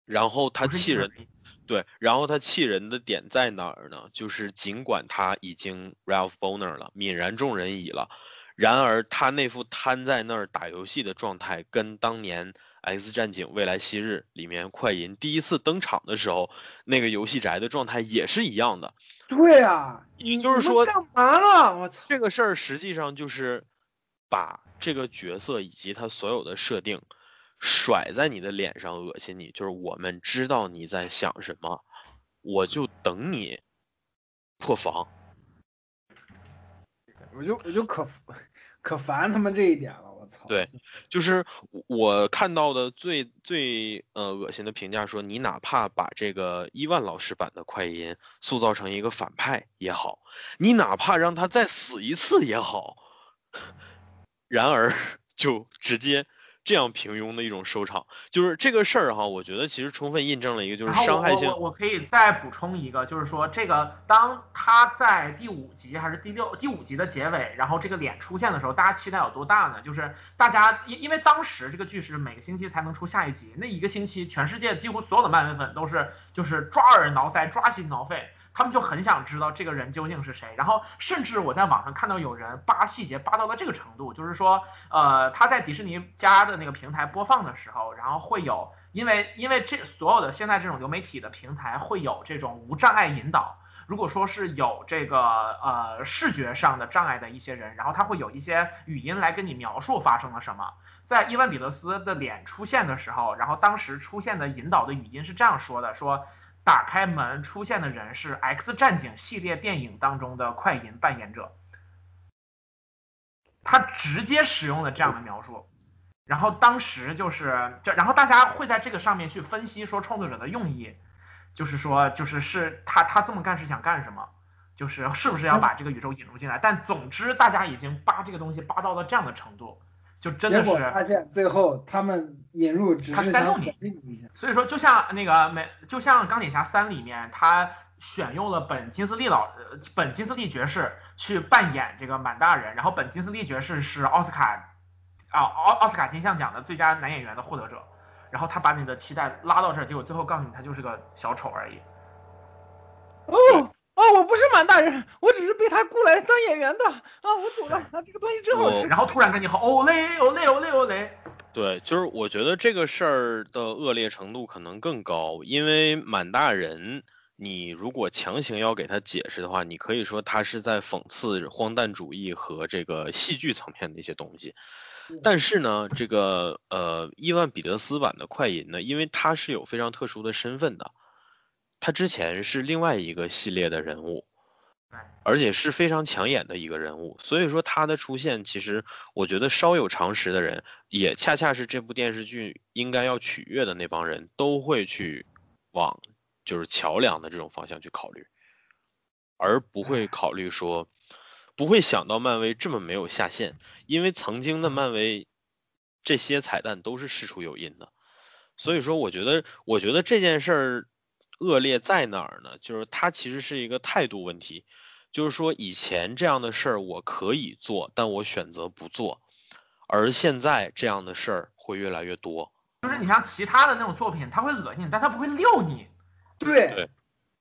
[SPEAKER 2] 然后他
[SPEAKER 3] 不是
[SPEAKER 2] 气
[SPEAKER 3] 硬了
[SPEAKER 2] 人
[SPEAKER 3] 的人。
[SPEAKER 2] 对，然后他气人的点在哪儿呢？就是尽管他已经 Ralph Boner 了，泯然众人矣了，然而他那副瘫在那儿打游戏的状态，跟当年《X 战警：未来昔日》里面快银第一次登场的时候那个游戏宅的状态也是一样的。
[SPEAKER 1] 对啊，
[SPEAKER 2] 也
[SPEAKER 1] 你
[SPEAKER 2] 就是
[SPEAKER 1] 你们
[SPEAKER 2] 说
[SPEAKER 1] 干嘛呢？我操！
[SPEAKER 2] 这个事儿实际上就是把这个角色以及他所有的设定甩在你的脸上，恶心你。就是我们知道你在想什么，我就等你破防。
[SPEAKER 1] 我就我就可可烦他们这一点了，我操！
[SPEAKER 2] 对就是我我看到的最最呃恶心的评价说，你哪怕把这个伊万老师版的快银塑造成一个反派也好，你哪怕让他再死一次也好， [LAUGHS] 然而就直接这样平庸的一种收场，就是这个事儿哈，我觉得其实充分印证了一个就是
[SPEAKER 3] 然后
[SPEAKER 2] 伤害性
[SPEAKER 3] 我我我可以再补充一个，就是说这个当他在第五集还是第六第五集的结尾，然后这个脸出现的时候，大家期待有多大呢？就是大家因因为当时这个剧是每个星期才能出下一集，那一个星期全世界几乎所有的漫威粉都是就是抓耳挠腮、抓心挠肺。他们就很想知道这个人究竟是谁。然后甚至我在网上看到有人扒细节扒到了这个程度，就是说，呃，他在迪士尼家的那个平台播放的时候，然后会有，因为因为这所有的现在这种流媒体的平台会有这种无障碍引导。如果说是有这个呃视觉上的障碍的一些人，然后他会有一些语音来跟你描述发生了什么。在伊万彼得斯的脸出现的时候，然后当时出现的引导的语音是这样说的：说打开门出现的人是《X 战警》系列电影当中的快银扮演者。他直接使用了这样的描述，然后当时就是这，然后大家会在这个上面去分析说创作者的用意。就是说，就是是他他这么干是想干什么？就是是不是要把这个宇宙引入进来？但总之，大家已经扒这个东西扒到了这样的程度，就真
[SPEAKER 1] 结
[SPEAKER 3] 的
[SPEAKER 1] 果
[SPEAKER 3] 是
[SPEAKER 1] 发现最后他们引入只
[SPEAKER 3] 他
[SPEAKER 1] 是
[SPEAKER 3] 是在
[SPEAKER 1] 想
[SPEAKER 3] 弄你
[SPEAKER 1] 鼓励你一下，
[SPEAKER 3] 所以说，就像那个美，就像钢铁侠三里面，他选用了本金斯利老呃本金斯利爵士去扮演这个满大人，然后本金斯利爵士是奥斯卡啊奥奥斯卡金像奖的最佳男演员的获得者，然后他把你的期待拉到这儿，结果最后告诉你他就是个小丑而已。
[SPEAKER 4] 哦哦，我不是满大人，我只是被他雇来当演员的啊！我走了，啊，这个东西真好
[SPEAKER 2] 我
[SPEAKER 4] 吃。
[SPEAKER 3] 然后突然跟你吼哦嘞哦嘞哦嘞哦嘞，
[SPEAKER 2] 对，就是我觉得这个事儿的恶劣程度可能更高，因为满大人，你如果强行要给他解释的话，你可以说他是在讽刺荒诞主义和这个戏剧层面的一些东西。但是呢，这个呃，伊万彼得斯版的快银呢，因为他是有非常特殊的身份的，他之前是另外一个系列的人物，而且是非常抢眼的一个人物，所以说他的出现，其实我觉得稍有常识的人，也恰恰是这部电视剧应该要取悦的那帮人都会去往就是桥梁的这种方向去考虑，而不会考虑说，不会想到漫威这么没有下限，因为曾经的漫威这些彩蛋都是事出有因的，所以说我觉得，我觉得这件事儿恶劣在哪儿呢？就是它其实是一个态度问题。就是说以前这样的事儿我可以做，但我选择不做，而现在这样的事儿会越来越多。
[SPEAKER 3] 就是你像其他的那种作品，他会恶心你，但他不会溜你。
[SPEAKER 1] 对
[SPEAKER 2] 对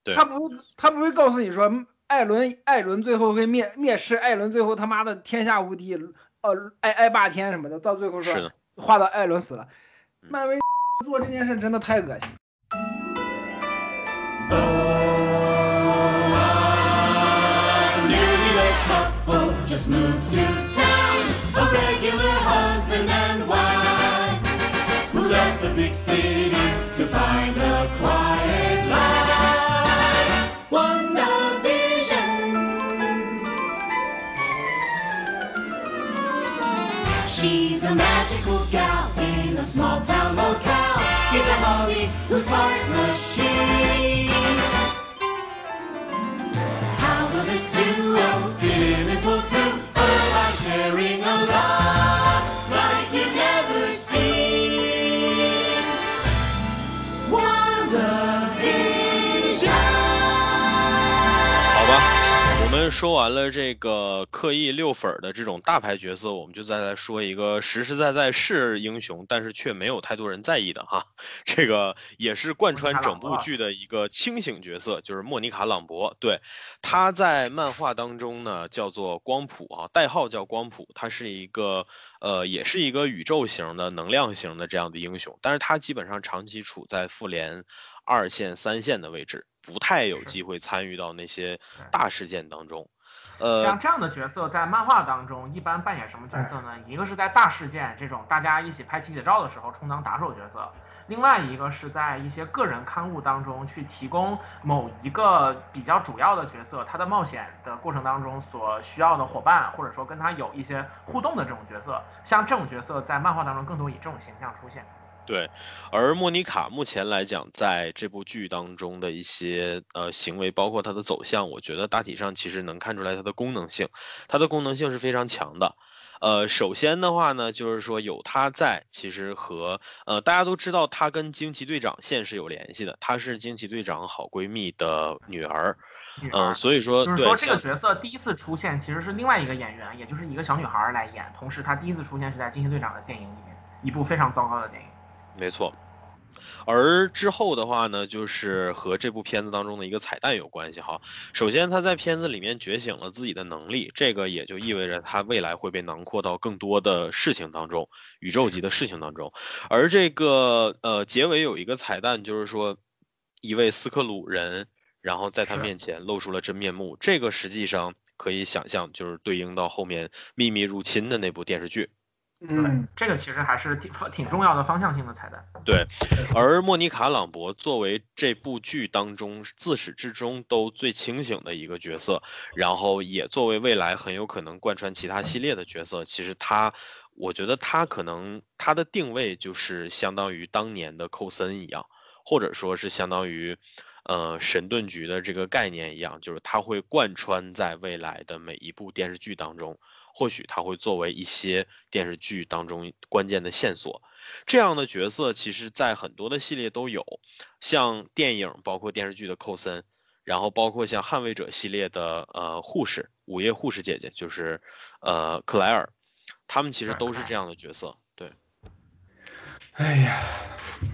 [SPEAKER 2] 对
[SPEAKER 1] 他不会他不会告诉你说艾伦艾伦最后会灭灭世，艾伦最后他妈的天下无敌，呃爱爱霸天什么的，到最后
[SPEAKER 2] 是
[SPEAKER 1] 说
[SPEAKER 2] 的，嗯
[SPEAKER 1] 画到艾伦死了，漫威做这件事真的太恶心了。
[SPEAKER 8] Newlywed couple just moved to town. A regular husband and wife who left the big city to find a quiet life. WandaVision. She's a magical gal in a small town locale. He's a hobby who's part machine. How will this duo fit in and pull through? Oh, by sharing a love like you've never seen. WandaVision.
[SPEAKER 2] 好吧，我们说完了这个刻意遛粉儿的这种大牌角色，我们就再来说一个实实在在是英雄，但是却没有太多人在意的哈。 [LAUGHS] 这个也是贯穿整部剧的一个清醒角色，就是莫妮卡·朗博。对，她在漫画当中呢叫做光谱啊，代号叫光谱，她是一个呃，也是一个宇宙型的能量型的这样的英雄，但是她基本上长期处在复联二线、三线的位置，不太有
[SPEAKER 3] 是
[SPEAKER 2] 机会参与到那些
[SPEAKER 3] 对
[SPEAKER 2] 大事件当中。呃，
[SPEAKER 3] 像这样的角色在漫画当中一般扮演什么角色呢？一个是在大事件这种大家一起拍集体照的时候充当打手角色，另外一个是在一些个人刊物当中去提供某一个比较主要的角色他的冒险的过程当中所需要的伙伴，或者说跟他有一些互动的这种角色。像这种角色在漫画当中更多以这种形象出现。
[SPEAKER 2] 对，而莫妮卡目前来讲，在这部剧当中的一些呃行为，包括她的走向，我觉得大体上其实能看出来她的功能性，她的功能性是非常强的。呃，首先的话呢，就是说有她在，其实和呃大家都知道她跟惊奇队长线是有联系的，她是惊奇队长好闺蜜的女儿，
[SPEAKER 3] 女
[SPEAKER 2] 嗯、
[SPEAKER 3] 儿
[SPEAKER 2] 所以说
[SPEAKER 3] 就是
[SPEAKER 2] 对
[SPEAKER 3] 说，这个
[SPEAKER 2] 像
[SPEAKER 3] 角色第一次出现其实是另外一个演员，也就是一个小女孩儿来演。同时，她第一次出现是在《惊奇队长》的电影里面，一部非常糟糕的电影。
[SPEAKER 2] 没错。而之后的话呢，就是和这部片子当中的一个彩蛋有关系哈。首先，他在片子里面觉醒了自己的能力，这个也就意味着他未来会被囊括到更多的事情当中，宇宙级的事情当中。而这个呃，结尾有一个彩蛋，就是说一位斯克鲁人，然后在他
[SPEAKER 3] 是
[SPEAKER 2] 面前露出了真面目。这个实际上可以想象，就是对应到后面《秘密入侵》的那部电视剧。
[SPEAKER 1] 嗯，
[SPEAKER 3] 这个其实还是挺挺重要的方向性的彩蛋。
[SPEAKER 2] 而莫妮卡·朗博作为这部剧当中自始至终都最清醒的一个角色，然后也作为未来很有可能贯穿其他系列的角色，其实她，我觉得她可能她的定位就是相当于当年的寇森一样，或者说是相当于，呃，神盾局的这个概念一样，就是它会贯穿在未来的每一部电视剧当中，或许它会作为一些电视剧当中关键的线索。这样的角色其实，在很多的系列都有，像电影包括电视剧的寇森，然后包括像捍卫者系列的呃护士，午夜护士姐姐就是呃克莱尔，他们其实
[SPEAKER 3] 对
[SPEAKER 2] 都
[SPEAKER 3] 克
[SPEAKER 2] 是
[SPEAKER 3] 莱
[SPEAKER 2] 这样的角色。对，
[SPEAKER 1] 哎呀，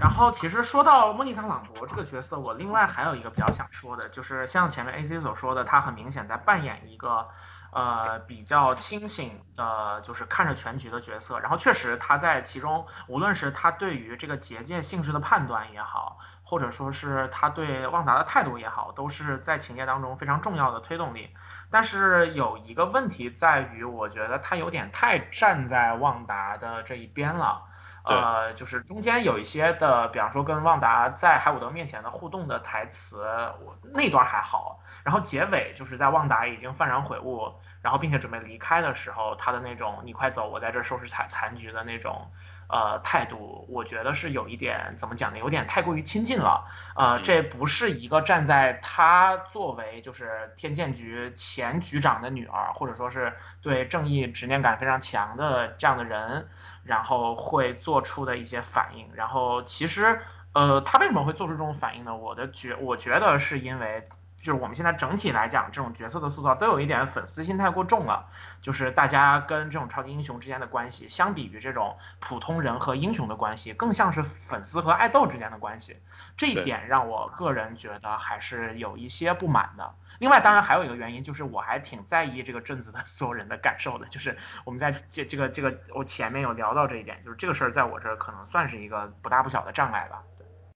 [SPEAKER 3] 然后其实说到莫妮卡·朗博这个角色，我另外还有一个比较想说的，就是像前面 A C 所说的，她很明显在扮演一个呃比较清醒的，就是看着全局的角色。然后确实她在其中，无论是她对于这个结界性质的判断也好，或者说是她对旺达的态度也好，都是在情节当中非常重要的推动力。但是有一个问题在于，我觉得她有点太站在旺达的这一边了。
[SPEAKER 2] 对
[SPEAKER 3] 呃，就是中间有一些的，比方说跟旺达在海伍德面前的互动的台词，我那段还好。然后结尾就是在旺达已经幡然悔悟，然后并且准备离开的时候，他的那种“你快走，我在这儿收拾残残局”的那种呃态度，我觉得是有一点怎么讲呢？有点太过于亲近了。呃，
[SPEAKER 2] 嗯
[SPEAKER 3] 这不是一个站在他作为就是天剑局前局长的女儿，或者说是对正义执念感非常强的这样的人。然后会做出的一些反应。然后其实，呃，他为什么会做出这种反应呢？我的觉，我觉得是因为。就是我们现在整体来讲，这种角色的塑造都有一点粉丝心态过重了，就是大家跟这种超级英雄之间的关系，相比于这种普通人和英雄的关系，更像是粉丝和爱豆之间的关系。这一
[SPEAKER 2] 对
[SPEAKER 3] 点让我个人觉得还是有一些不满的。另外，当然还有一个原因，就是我还挺在意这个镇子的 [LAUGHS] 所有人的感受的，就是我们在这这个这个，我前面有聊到这一点，就是这个事儿在我这儿可能算是一个不大不小的障碍吧。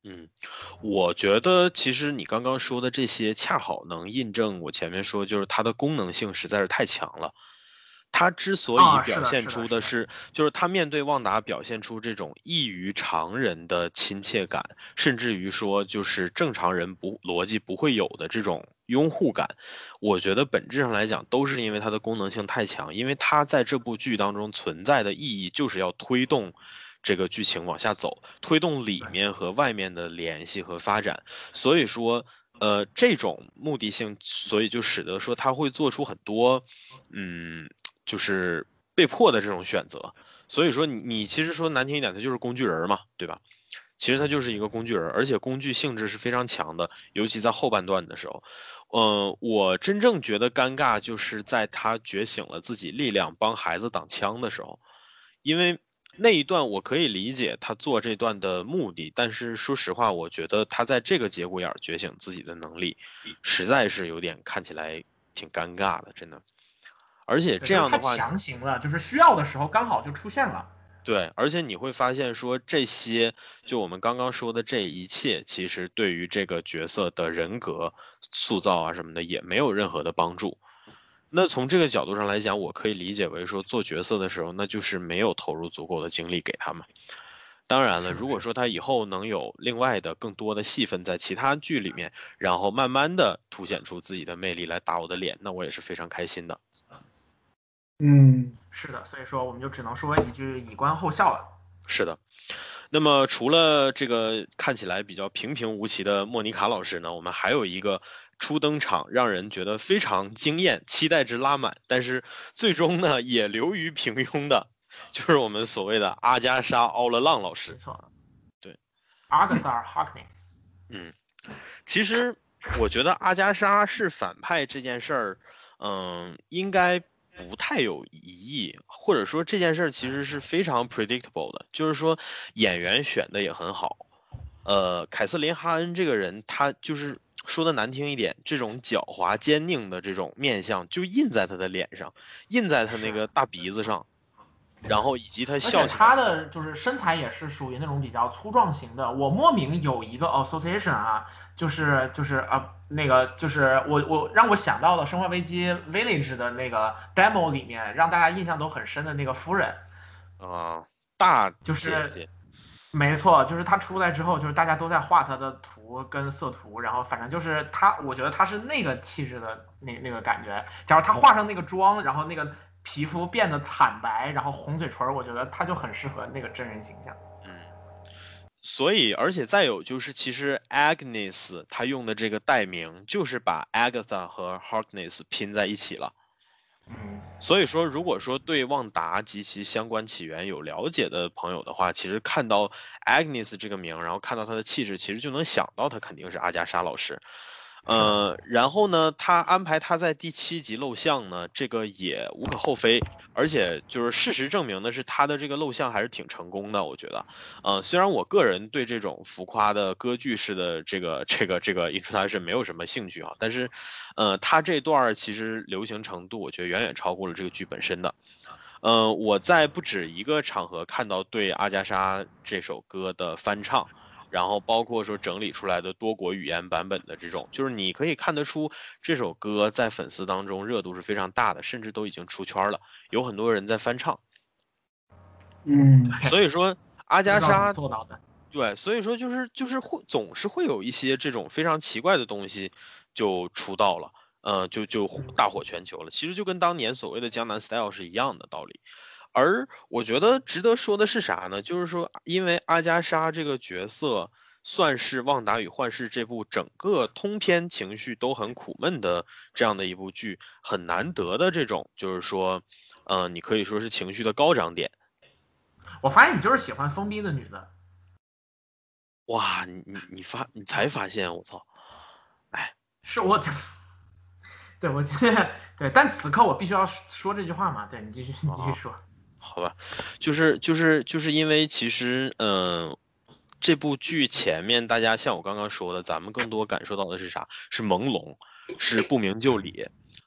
[SPEAKER 2] 嗯，我觉得其实你刚刚说的这些，恰好能印证我前面说，就是它的功能性实在是太强了。它之所
[SPEAKER 3] 啊
[SPEAKER 2] 以
[SPEAKER 3] 是
[SPEAKER 2] 表
[SPEAKER 3] 的
[SPEAKER 2] 现
[SPEAKER 3] 是的
[SPEAKER 2] 出
[SPEAKER 3] 是
[SPEAKER 2] 的
[SPEAKER 3] 的
[SPEAKER 2] 是，就是它面对旺达表现出这种异于常人的亲切感，甚至于说就是正常人不逻辑不会有的这种拥护感。我觉得本质上来讲，都是因为它的功能性太强，因为它在这部剧当中存在的意义就是要推动这个剧情往下走，推动里面和外面的联系和发展。所以说，呃，这种目的性，所以就使得说他会做出很多，嗯，就是被迫的这种选择。所以说你，你其实说难听一点，他就是工具人儿嘛，对吧？其实他就是一个工具人儿，而且工具性质是非常强的，尤其在后半段的时候。呃，我真正觉得尴尬，就是在他觉醒了自己力量，帮孩子挡枪的时候，因为那一段我可以理解他做这段的目的，但是说实话，我觉得他在这个节骨眼儿觉醒自己的能力，实在是有点看起来挺尴尬的，真的。而且
[SPEAKER 3] 对
[SPEAKER 2] 这样的
[SPEAKER 3] 就是
[SPEAKER 2] 话，
[SPEAKER 3] 太强行了，就是需要的时候刚好就出现了。
[SPEAKER 2] 对，而且你会发现说这些，就我们刚刚说的这一切，其实对于这个角色的人格塑造啊什么的也没有任何的帮助。那从这个角度上来讲，我可以理解为说做角色的时候，那就是没有投入足够的精力给他们。当然了，如果说他以后能有另外的更多的戏份在其他剧里面，然后慢慢的凸显出自己的魅力来打我的脸，那我也是非常开心的。
[SPEAKER 1] 嗯，
[SPEAKER 3] 是的，所以说我们就只能说一句以观后效了。
[SPEAKER 2] 是的，那么除了这个看起来比较平平无奇的莫妮卡老师呢，我们还有一个初登场让人觉得非常惊艳、期待值拉满，但是最终呢也流于平庸的，就是我们所谓的阿加莎·奥勒浪老师
[SPEAKER 3] 没。错，
[SPEAKER 2] 对
[SPEAKER 3] ，Agatha Harkness，
[SPEAKER 2] 嗯，其实我觉得阿加莎是反派这件事儿，嗯，应该不太有疑义，或者说这件事儿其实是非常 predictable 的，就是说演员选的也很好，呃，凯瑟琳·哈恩这个人，她就是说的难听一点，这种狡猾奸佞的这种面相就印在她的脸上，印在她那
[SPEAKER 3] 是啊
[SPEAKER 2] 个大鼻子上，然后以及她
[SPEAKER 3] 而
[SPEAKER 2] 笑
[SPEAKER 3] 且
[SPEAKER 2] 起来
[SPEAKER 3] 他的就是身材也是属于那种比较粗壮型的。我莫名有一个 association 啊，就是就是啊那个就是我我让我想到了《生化危机 Village》的那个 demo 里面，让大家印象都很深的那个夫人。
[SPEAKER 2] 啊、大
[SPEAKER 3] 就是
[SPEAKER 2] 姐姐
[SPEAKER 3] 没错，就是他出来之后，就是大家都在画他的图跟色图，然后反正就是他，我觉得他是那个气质的那那个感觉。假如他画上那个妆，然后那个皮肤变得惨白，然后红嘴唇儿，我觉得他就很适合那个真人形象。
[SPEAKER 2] 嗯，所以而且再有就是，其实 Agnes 她用的这个代名就是把 Agatha 和 Harkness 拼在一起了。
[SPEAKER 3] 嗯，
[SPEAKER 2] 所以说，如果说对旺达及其相关起源有了解的朋友的话，其实看到 Agnes 这个名，然后看到她的气质，其实就能想到她肯定是阿加莎老师。呃，然后呢，他安排他在第七集露相呢，这个也无可厚非，而且就是事实证明的是，他的这个露相还是挺成功的，我觉得。呃，虽然我个人对这种浮夸的歌剧式的这个这个这个 introduction 没有什么兴趣啊，但是，呃，他这段儿其实流行程度，我觉得远远超过了这个剧本身的。呃，我在不止一个场合看到对阿加莎这首歌的翻唱，然后包括说整理出来的多国语言版本的这种，就是你可以看得出这首歌在粉丝当中热度是非常大的，甚至都已经出圈了，有很多人在翻唱。
[SPEAKER 1] 嗯，
[SPEAKER 2] 所以说，阿加
[SPEAKER 3] 不知道怎
[SPEAKER 2] 莎
[SPEAKER 3] 么做到的，
[SPEAKER 2] 对，所以说就是就是会总是会有一些这种非常奇怪的东西就出道了，呃，就就火大火全球了。其实就跟当年所谓的江南 style 是一样的道理。而我觉得值得说的是啥呢？就是说，因为阿加莎这个角色算是《旺达与幻视》这部整个通篇情绪都很苦闷的这样的一部剧，很难得的这种，就是说，呃，你可以说是情绪的高涨点。
[SPEAKER 3] 我发现你就是喜欢疯逼的女的。
[SPEAKER 2] 哇，你你你发你才发现，我操！
[SPEAKER 3] 是我，对我今天对，但此刻我必须要说这句话嘛。对你继续，你继续
[SPEAKER 2] 哦
[SPEAKER 3] 说。
[SPEAKER 2] 好吧，就是就是就是因为其实，嗯、这部剧前面大家像我刚刚说的，咱们更多感受到的是啥？是朦胧，是不明就里，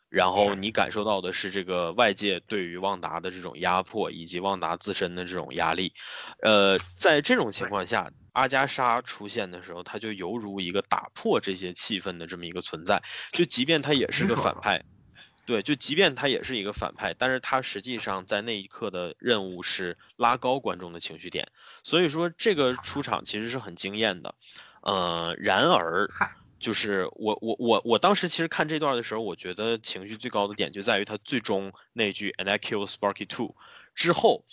[SPEAKER 2] 然后你感受到的是这个外界对于旺达的这种压迫，以及旺达自身的这种压力。呃，在这种情况下，阿加莎出现的时候，她就犹如一个打破这些气氛的这么一个存在。就即便她也是
[SPEAKER 3] 没
[SPEAKER 2] 个
[SPEAKER 3] 错
[SPEAKER 2] 反
[SPEAKER 3] 吧
[SPEAKER 2] 派，对，就即便他也是一个反派，但是他实际上在那一刻的任务是拉高观众的情绪点，所以说这个出场其实是很惊艳的，呃，然而
[SPEAKER 3] 嗨
[SPEAKER 2] 就是我我我我当时其实看这段的时候，我觉得情绪最高的点就在于他最终那句 “and I kill Sparky too” 之后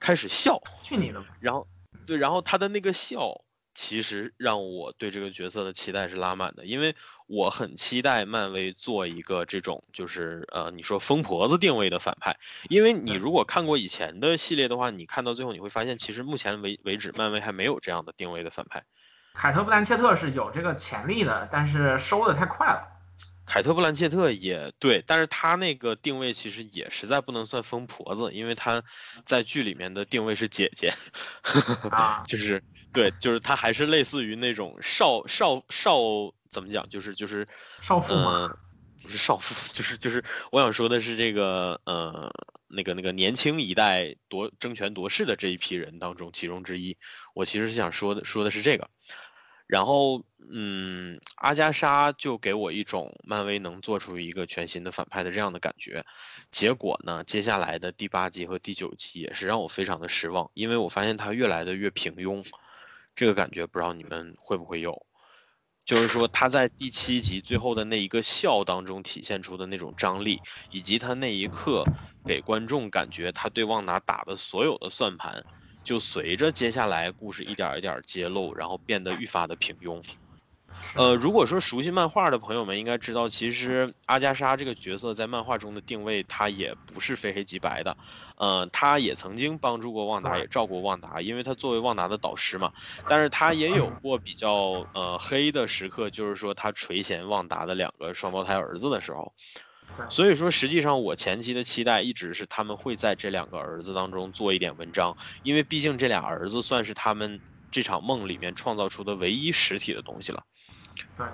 [SPEAKER 2] 开始笑，
[SPEAKER 3] 去你的吧！
[SPEAKER 2] 然后对，然后他的那个笑，其实让我对这个角色的期待是拉满的，因为我很期待漫威做一个这种就是呃，你说疯婆子定位的反派，因为你如果看过以前的系列的话，你看到最后你会发现，其实目前为为止，漫威还没有这样的定位的反派。
[SPEAKER 3] 凯特·布兰切特是有这个潜力的，但是收的太快了。
[SPEAKER 2] 凯特·布兰切特也对，但是她那个定位其实也实在不能算疯婆子，因为她在剧里面的定位是姐 [LAUGHS] 姐，
[SPEAKER 3] 啊
[SPEAKER 2] 就是对，就是她还是类似于那种少少少怎么讲，就是就是
[SPEAKER 3] 少妇嘛，
[SPEAKER 2] 呃，不是少妇， [LAUGHS] 就是就是我想说的是这个呃那个那个年轻一代夺争权夺势的这一批人当中其中之一，我其实是想说的说的是这个。然后，嗯，阿加莎就给我一种漫威能做出一个全新的反派的这样的感觉。结果呢，接下来的第八集和第九集也是让我非常的失望，因为我发现他越来的越平庸，这个感觉不知道你们会不会有。就是说他在第七集最后的那一个笑当中体现出的那种张力，以及他那一刻给观众感觉他对旺达打的所有的算盘，就随着接下来故事一点儿一点儿揭露，然后变得愈发的平庸。呃，如果说熟悉漫画的朋友们应该知道，其实阿加莎这个角色在漫画中的定位，她也不是非黑即白的，呃，她也曾经帮助过旺达，也照顾旺达，因为她作为旺达的导师嘛。但是她也有过比较呃黑的时刻，就是说她垂涎旺达的两个双胞胎儿子的时候。所以说，实际上我前期的期待一直是他们会在这两个儿子当中做一点文章，因为毕竟这俩儿子算是他们这场梦里面创造出的唯一实体的东西了。
[SPEAKER 3] 对。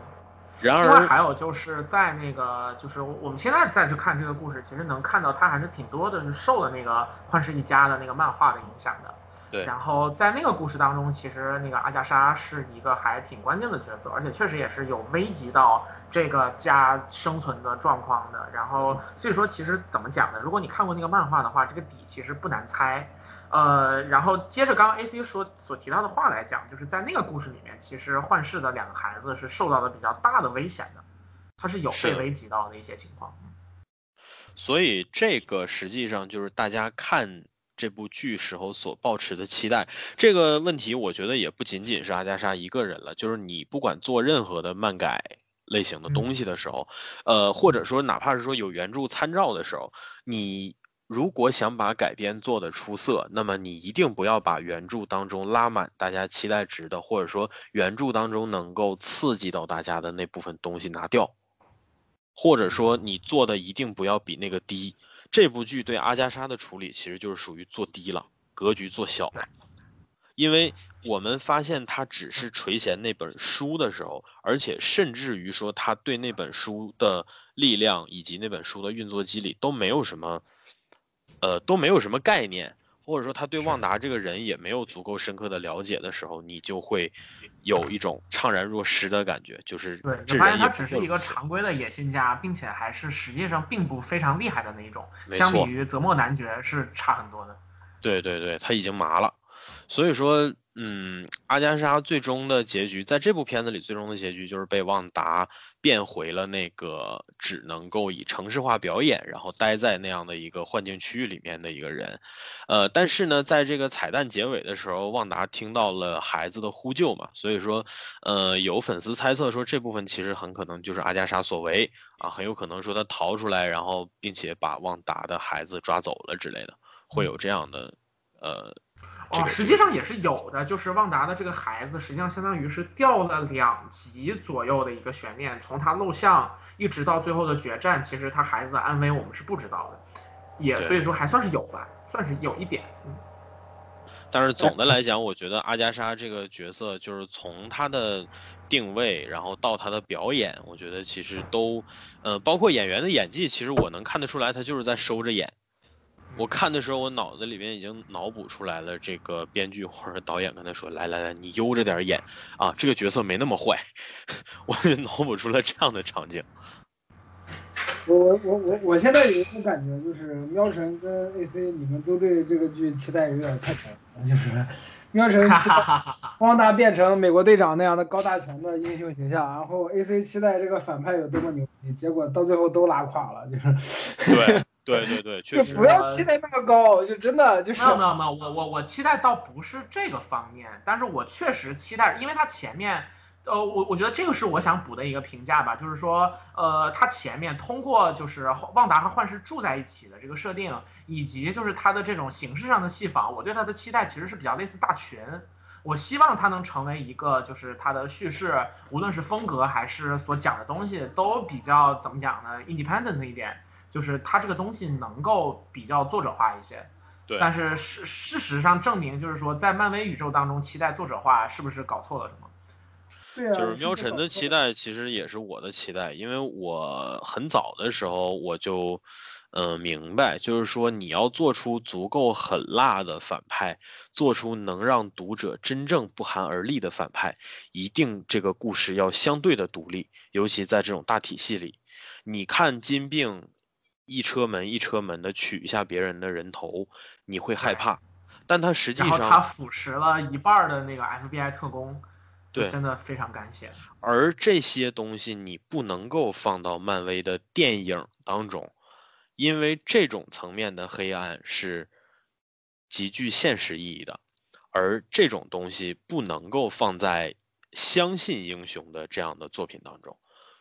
[SPEAKER 2] 然
[SPEAKER 3] 另外
[SPEAKER 2] 而，
[SPEAKER 3] 还有就是在那个，就是我们现在再去看这个故事，其实能看到它还是挺多的，是受了那个幻视一家的那个漫画的影响的。
[SPEAKER 2] 对
[SPEAKER 3] 然后在那个故事当中，其实那个阿加莎是一个还挺关键的角色，而且确实也是有危及到这个家生存的状况的。然
[SPEAKER 2] 嗯
[SPEAKER 3] 后所以说，其实怎么讲呢？如果你看过那个漫画的话，这个底其实不难猜。呃，然后接着刚刚 A C 说所提到的话来讲，就是在那个故事里面，其实幻视的两个孩子是受到了比较大的危险的，他是有
[SPEAKER 2] 是
[SPEAKER 3] 被
[SPEAKER 2] 的
[SPEAKER 3] 危及到的一些情况。
[SPEAKER 2] 所以这个实际上就是大家看这部剧时候所抱持的期待。这个问题，我觉得也不仅仅是阿加莎一个人了，就是你不管做任何的漫改类型的东西的时候，呃，或者说哪怕是说有原著参照的时候，你。如果想把改编做得出色，那么你一定不要把原著当中拉满大家期待值的，或者说原著当中能够刺激到大家的那部分东西拿掉。或者说你做的一定不要比那个低。这部剧对阿加莎的处理其实就是属于做低了，格局做小了。因为我们发现他只是垂涎那本书的时候，而且甚至于说他对那本书的力量以及那本书的运作机理都没有什么，呃，都没有什么概念，或者说他对旺达这个人也没有足够深刻的了解的时候，你就会有一种怅然若失的感觉，就是
[SPEAKER 3] 对，
[SPEAKER 2] 这
[SPEAKER 3] 就发
[SPEAKER 2] 人
[SPEAKER 3] 现
[SPEAKER 2] 也
[SPEAKER 3] 他
[SPEAKER 2] 不
[SPEAKER 3] 只是
[SPEAKER 2] 过
[SPEAKER 3] 一
[SPEAKER 2] 如
[SPEAKER 3] 个
[SPEAKER 2] 此
[SPEAKER 3] 常规的野心家，并且还是实际上并不非常厉害的那一种，
[SPEAKER 2] 没
[SPEAKER 3] 相比
[SPEAKER 2] 错
[SPEAKER 3] 于泽莫男爵是差很多的。
[SPEAKER 2] 对对对，他已经麻了，所以说，嗯，阿加莎最终的结局，在这部片子里，最终的结局就是被旺达变回了那个只能够以城市化表演，然后待在那样的一个幻境区域里面的一个人。呃，但是呢，在这个彩蛋结尾的时候，旺达听到了孩子的呼救嘛，所以说，呃，有粉丝猜测说这部分其实很可能就是阿加莎所为啊，很有可能说他逃出来，然后并且把旺达的孩子抓走了之类的。
[SPEAKER 1] 嗯
[SPEAKER 2] 会有这样的，呃，这
[SPEAKER 3] 哦，
[SPEAKER 2] 个
[SPEAKER 3] 实
[SPEAKER 2] 这
[SPEAKER 3] 际
[SPEAKER 2] 个
[SPEAKER 3] 上也是有的，就是旺达的这个孩子，实际上相当于是掉了两集左右的一个悬念，从他露相一直到最后的决战，其实他孩子的安危我们是不知道的，也
[SPEAKER 2] 对
[SPEAKER 3] 所以说还算是有吧，算是有一点，嗯，
[SPEAKER 2] 但是总的来讲，我觉得阿加莎这个角色，就是从她的定位，然后到她的表演，我觉得其实都，呃，包括演员的演技，其实我能看得出来，她就是在收着演。我看的时候，我脑子里面已经脑补出来了，这个编剧或者导演跟他说：“来来来，你悠着点儿演啊，这个角色没那么坏。” [LAUGHS] 我就脑补出了这样的场景。
[SPEAKER 1] 我我我我我现在有一种感觉，就是喵晨跟 AC 你们都对这个剧期待有点太高了，就是喵晨
[SPEAKER 3] [LAUGHS]
[SPEAKER 1] 期 [LAUGHS] 待汪达变成美国队长那样的高大全的英雄形象，然后 AC 期待这个反派有多么牛逼，结果到最后都拉垮了，就是
[SPEAKER 2] 对对对对，确
[SPEAKER 1] 就
[SPEAKER 2] 实啊
[SPEAKER 1] 不。要期待那么高，就真的就是
[SPEAKER 3] 没有没有没有，我我我期待倒不是这个方面，但是我确实期待，因为它前面，呃，我我觉得这个是我想补的一个评价吧，就是说，呃，它前面通过就是旺达和幻视住在一起的这个设定，以及就是它的这种形式上的戏仿，我对它的期待其实是比较类似大群。我希望它能成为一个，就是它的叙事，无论是风格还是所讲的东西，都比较怎么讲呢？independent 一点，就是它这个东西能够比较作者化一些。
[SPEAKER 2] 对
[SPEAKER 3] 但是事事实上证明，就是说在漫威宇宙当中，期待作者化是不是搞错了什么？
[SPEAKER 1] 对啊，
[SPEAKER 2] 就是喵晨的期
[SPEAKER 1] 待。
[SPEAKER 2] 待，其实也是我的期待，因为我很早的时候我就，呃，明白，就是说你要做出足够狠辣的反派，做出能让读者真正不寒而栗的反派，一定这个故事要相对的独立，尤其在这种大体系里，你看金并一车门一车门的取下别人的人头，你会害
[SPEAKER 3] 对
[SPEAKER 2] 怕，但他实际
[SPEAKER 3] 然后
[SPEAKER 2] 上
[SPEAKER 3] 他腐蚀了一半儿的那个 FBI 特工，就
[SPEAKER 2] 对
[SPEAKER 3] 真的非常感谢。
[SPEAKER 2] 而这些东西你不能够放到漫威的电影当中，因为这种层面的黑暗是极具现实意义的，而这种东西不能够放在相信英雄的这样的作品当中。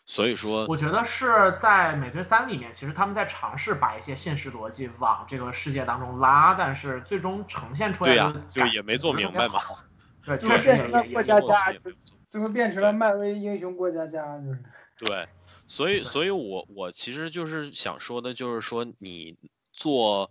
[SPEAKER 2] 所以说，
[SPEAKER 3] 我觉得是在《美队三》里面，其实他们在尝试把一些现实逻辑往这个世界当中拉，但是最终呈现出来
[SPEAKER 2] 对呀、
[SPEAKER 3] 的啊感
[SPEAKER 2] 就也没做明白嘛。
[SPEAKER 3] 对，
[SPEAKER 1] 就
[SPEAKER 3] 确
[SPEAKER 1] 是
[SPEAKER 3] 实也
[SPEAKER 1] 那
[SPEAKER 3] 也也
[SPEAKER 1] 国
[SPEAKER 3] 没
[SPEAKER 1] 家
[SPEAKER 3] 有
[SPEAKER 1] 家
[SPEAKER 2] 也没有做
[SPEAKER 1] 最后变成了漫威英雄过家家，就是
[SPEAKER 2] 对，所以，
[SPEAKER 3] 对
[SPEAKER 2] 所以我我其实就是想说的，就是说你做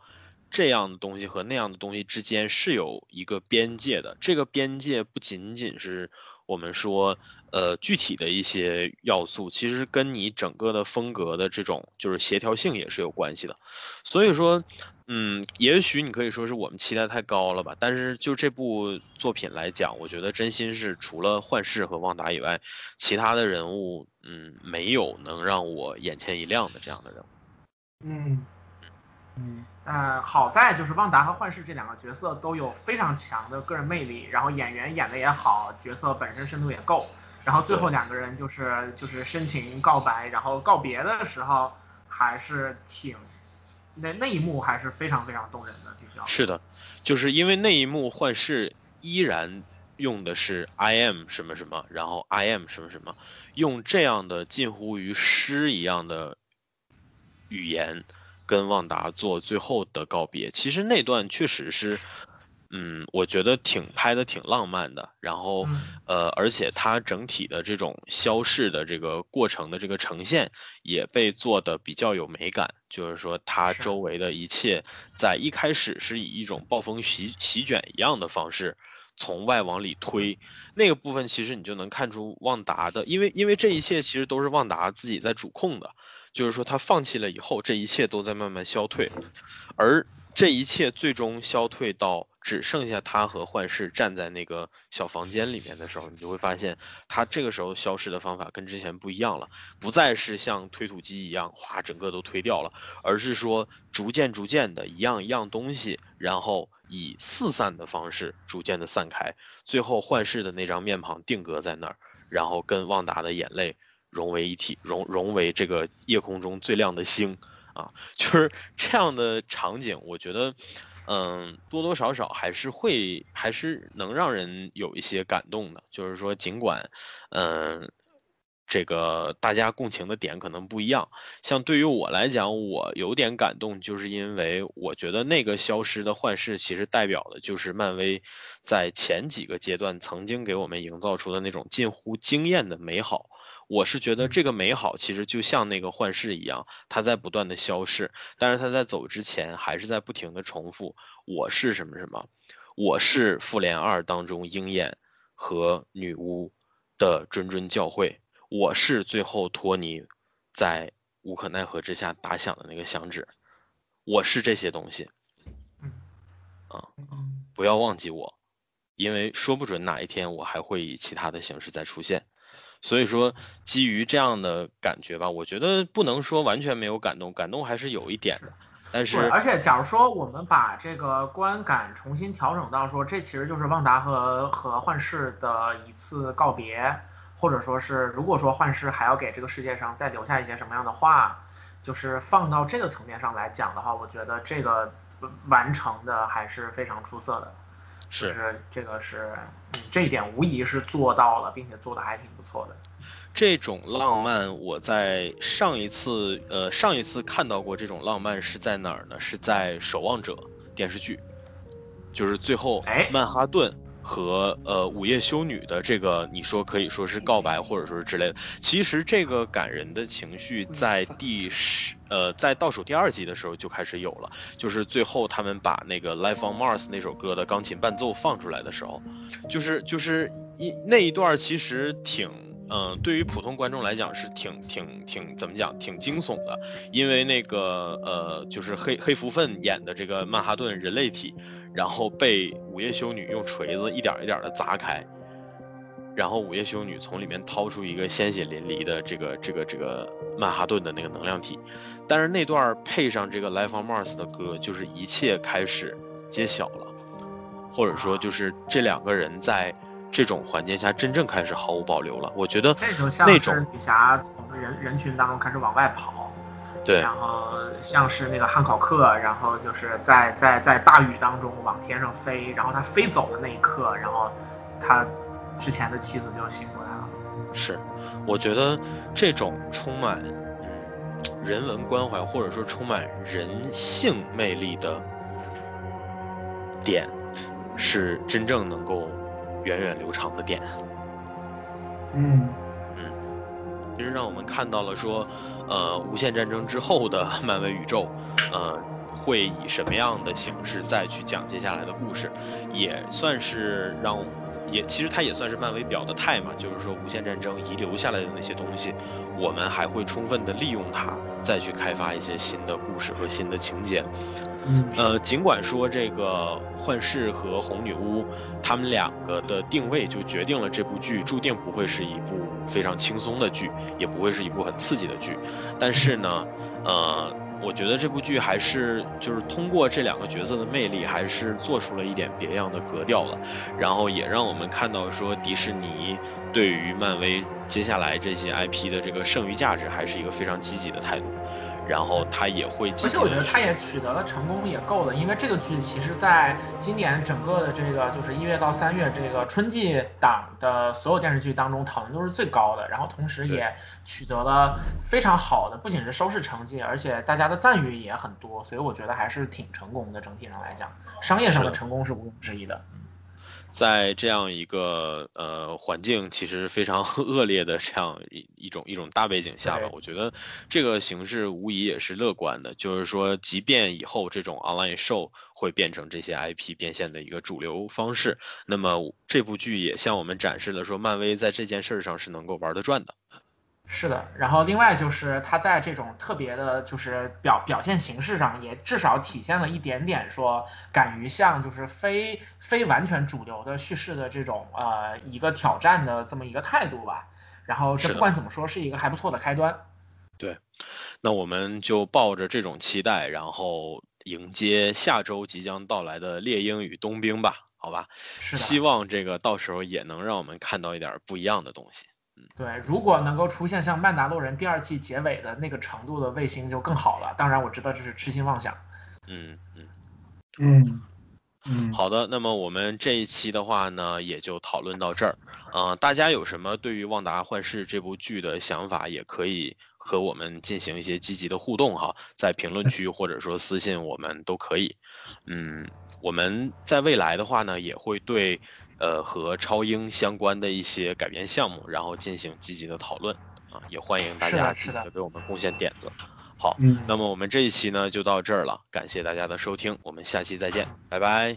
[SPEAKER 2] 这样的东西和那样的东西之间是有一个边界的。这个边界不仅仅是我们说呃具体的一些要素，其实跟你整个的风格的这种就是协调性也是有关系的。所以说，嗯，也许你可以说是我们期待太高了吧，但是就这部作品来讲，我觉得真心是除了幻视和旺达以外，其他的人物，嗯，没有能让我眼前一亮的这样的人物。
[SPEAKER 1] 嗯
[SPEAKER 3] 嗯，好在就是旺达和幻视这两个角色都有非常强的个人魅力，然后演员演的也好，角色本身深度也够，然后最后两个人就是就是深情告白，然后告别的时候还是挺那那一幕还是非常非常动人的，必须要
[SPEAKER 2] 是的，就是因为那一幕幻视依然用的是 I am 什么什么，然后 I am 什么什么，用这样的近乎于诗一样的语言跟旺达做最后的告别。其实那段确实是，嗯，我觉得挺拍的挺浪漫的。然后，
[SPEAKER 3] 嗯
[SPEAKER 2] 呃，而且它整体的这种消逝的这个过程的这个呈现也被做的比较有美感，就是说它
[SPEAKER 3] 是
[SPEAKER 2] 周围的一切在一开始是以一种暴风席席卷一样的方式。从外往里推，那个部分其实你就能看出旺达的，因为因为这一切其实都是旺达自己在主控的，就是说他放弃了以后，这一切都在慢慢消退，而这一切最终消退到只剩下他和幻视站在那个小房间里面的时候，你就会发现他这个时候消失的方法跟之前不一样了，不再是像推土机一样哗整个都推掉了，而是说逐渐逐渐的一样一样东西，然后以四散的方式逐渐的散开，最后幻视的那张面庞定格在那儿，然后跟旺达的眼泪融为一体，融融为这个夜空中最亮的星啊，就是 [LAUGHS] 这样的场景，我觉得，嗯，多多少少还是会还是能让人有一些感动的，就是说，尽管，嗯。这个大家共情的点可能不一样，像对于我来讲，我有点感动，就是因为我觉得那个消失的幻视其实代表的就是漫威在前几个阶段曾经给我们营造出的那种近乎惊艳的美好。我是觉得这个美好其实就像那个幻视一样，它在不断的消逝，但是它在走之前还是在不停的重复我是什么什么，我是复联二当中鹰眼和女巫的谆谆教诲，我是最后托尼在无可奈何之下打响的那个响指，我是这些东西，
[SPEAKER 1] 嗯
[SPEAKER 2] 不要忘记我，因为说不准哪一天我还会以其他的形式再出现。所以说，基于这样的感觉吧，我觉得不能说完全没有感动，感动还是有一点的，但
[SPEAKER 3] 对，
[SPEAKER 2] 是
[SPEAKER 3] 而且假如说我们把这个观感重新调整到说，这其实就是旺达和和幻视的一次告别，或者说是如果说幻视还要给这个世界上再留下一些什么样的话，就是放到这个层面上来讲的话，我觉得这个呃完成的还是非常出色的，就是是这个是、嗯、这一点无疑是做到了，并且做的还挺不错的。
[SPEAKER 2] 这种浪漫，我在上一次呃上一次看到过这种浪漫是在哪儿呢？是在《守望者》电视剧，就是最后
[SPEAKER 3] 哎
[SPEAKER 2] 曼哈顿和呃午夜修女的这个，你说可以说是告白，或者说是之类的。其实这个感人的情绪在第十呃在倒数第二集的时候就开始有了，就是最后他们把那个《Life on Mars》那首歌的钢琴伴奏放出来的时候，就是就是一那一段儿其实挺。嗯，对于普通观众来讲是挺挺挺怎么讲，挺惊悚的，因为那个呃，就是黑黑福分演的这个曼哈顿人类体，然后被午夜修女用锤子一点儿一点的砸开，然后午夜修女从里面掏出一个鲜血淋漓的这个这个这个曼哈顿的那个能量体，但是那段儿配上这个《Life on Mars》的歌，就是一切开始揭晓了，或者说就是这两个人在这种环境下真正开始毫无保留了。我觉得
[SPEAKER 3] 这就像
[SPEAKER 2] 那
[SPEAKER 3] 是
[SPEAKER 2] 种
[SPEAKER 3] 女侠从人人群当中开始往外跑，
[SPEAKER 2] 对
[SPEAKER 3] 然后像是那个汉考克，然后就是在在在大雨当中往天上飞，然后他飞走的那一刻，然后他之前的妻子就醒过来了。
[SPEAKER 2] 是，我觉得这种充满嗯人文关怀或者说充满人性魅力的点，是真正能够源远流长的点。
[SPEAKER 1] 嗯
[SPEAKER 2] 其实 [LAUGHS] 让我们看到了说，呃，无限战争之后的漫威宇宙，呃，会以什么样的形式再去讲接下来的故事，也算是让。也其实它也算是漫威表的态嘛，就是说无限战争遗留下来的那些东西，我们还会充分的利用它，再去开发一些新的故事和新的情节。
[SPEAKER 1] 嗯，
[SPEAKER 2] 呃，尽管说这个幻视和红女巫，他们两个的定位就决定了这部剧注定不会是一部非常轻松的剧，也不会是一部很刺激的剧，但是呢，呃，我觉得这部剧还是就是通过这两个角色的魅力，还是做出了一点别样的格调了，然后也让我们看到说迪士尼对于漫威接下来这些 IP 的这个剩余价值，还是一个非常积极的态度。然后他也会积极
[SPEAKER 3] 而且
[SPEAKER 2] 地
[SPEAKER 3] 我觉得
[SPEAKER 2] 去
[SPEAKER 3] 它也取得了成功，也够了。因为这个剧其实在今年整个的这个就是一月到三月这个春季档的所有电视剧当中讨论度是最高的，然后同时
[SPEAKER 2] 对
[SPEAKER 3] 也取得了非常好的，不仅是收视成绩，而且大家的赞誉也很多，所以我觉得还是挺成功的。整体上来讲，商业上的
[SPEAKER 2] 是
[SPEAKER 3] 成功是毋庸置疑的。
[SPEAKER 2] 在这样一个呃环境其实非常 [LAUGHS] 恶劣的这样一一种一种大背景下吧
[SPEAKER 3] 对，
[SPEAKER 2] 我觉得这个形势无疑也是乐观的。就是说，即便以后这种 online show 会变成这些 IP 变现的一个主流方式，那么这部剧也向我们展示了说，漫威在这件事儿上是能够玩得转的。
[SPEAKER 3] 是的，然后另外就是他在这种特别的，就是表表现形式上，也至少体现了一点点说敢于向就是非非完全主流的叙事的这种呃一个挑战的这么一个态度吧。然后
[SPEAKER 2] 是
[SPEAKER 3] 这
[SPEAKER 2] 的
[SPEAKER 3] 不管怎么说是一个还不错的开端。
[SPEAKER 2] 那我们就抱着这种期待，然后迎接下周即将到来的猎鹰与冬兵吧，好吧？
[SPEAKER 3] 是
[SPEAKER 2] 希
[SPEAKER 3] 的，
[SPEAKER 2] 望这个到时候也能让我们看到一点儿不一样的东西。
[SPEAKER 3] 对，如果能够出现像《曼达洛人》第二季结尾的那个程度的卫星就更好了。当然，我知道这是痴心妄想。
[SPEAKER 2] 嗯嗯，
[SPEAKER 1] 嗯嗯，
[SPEAKER 2] 好的。那么我们这一期的话呢，也就讨论到这儿。呃，大家有什么对于《旺达幻视》这部剧的想法，也可以和我们进行一些积极的互动哈，在评
[SPEAKER 3] 嗯
[SPEAKER 2] 论区或者说私信我们都可以。嗯，我们在未来的话呢，也会对呃和超英相关的一些改编项目，然后进行积极的讨论啊，也欢迎大
[SPEAKER 3] 是的
[SPEAKER 2] 家
[SPEAKER 3] 是
[SPEAKER 2] 积极
[SPEAKER 3] 的
[SPEAKER 2] 的给我们贡献点子。好，
[SPEAKER 1] 嗯，
[SPEAKER 2] 那么我们这一期呢就到这儿了，感谢大家的收听，我们下期再见，拜拜。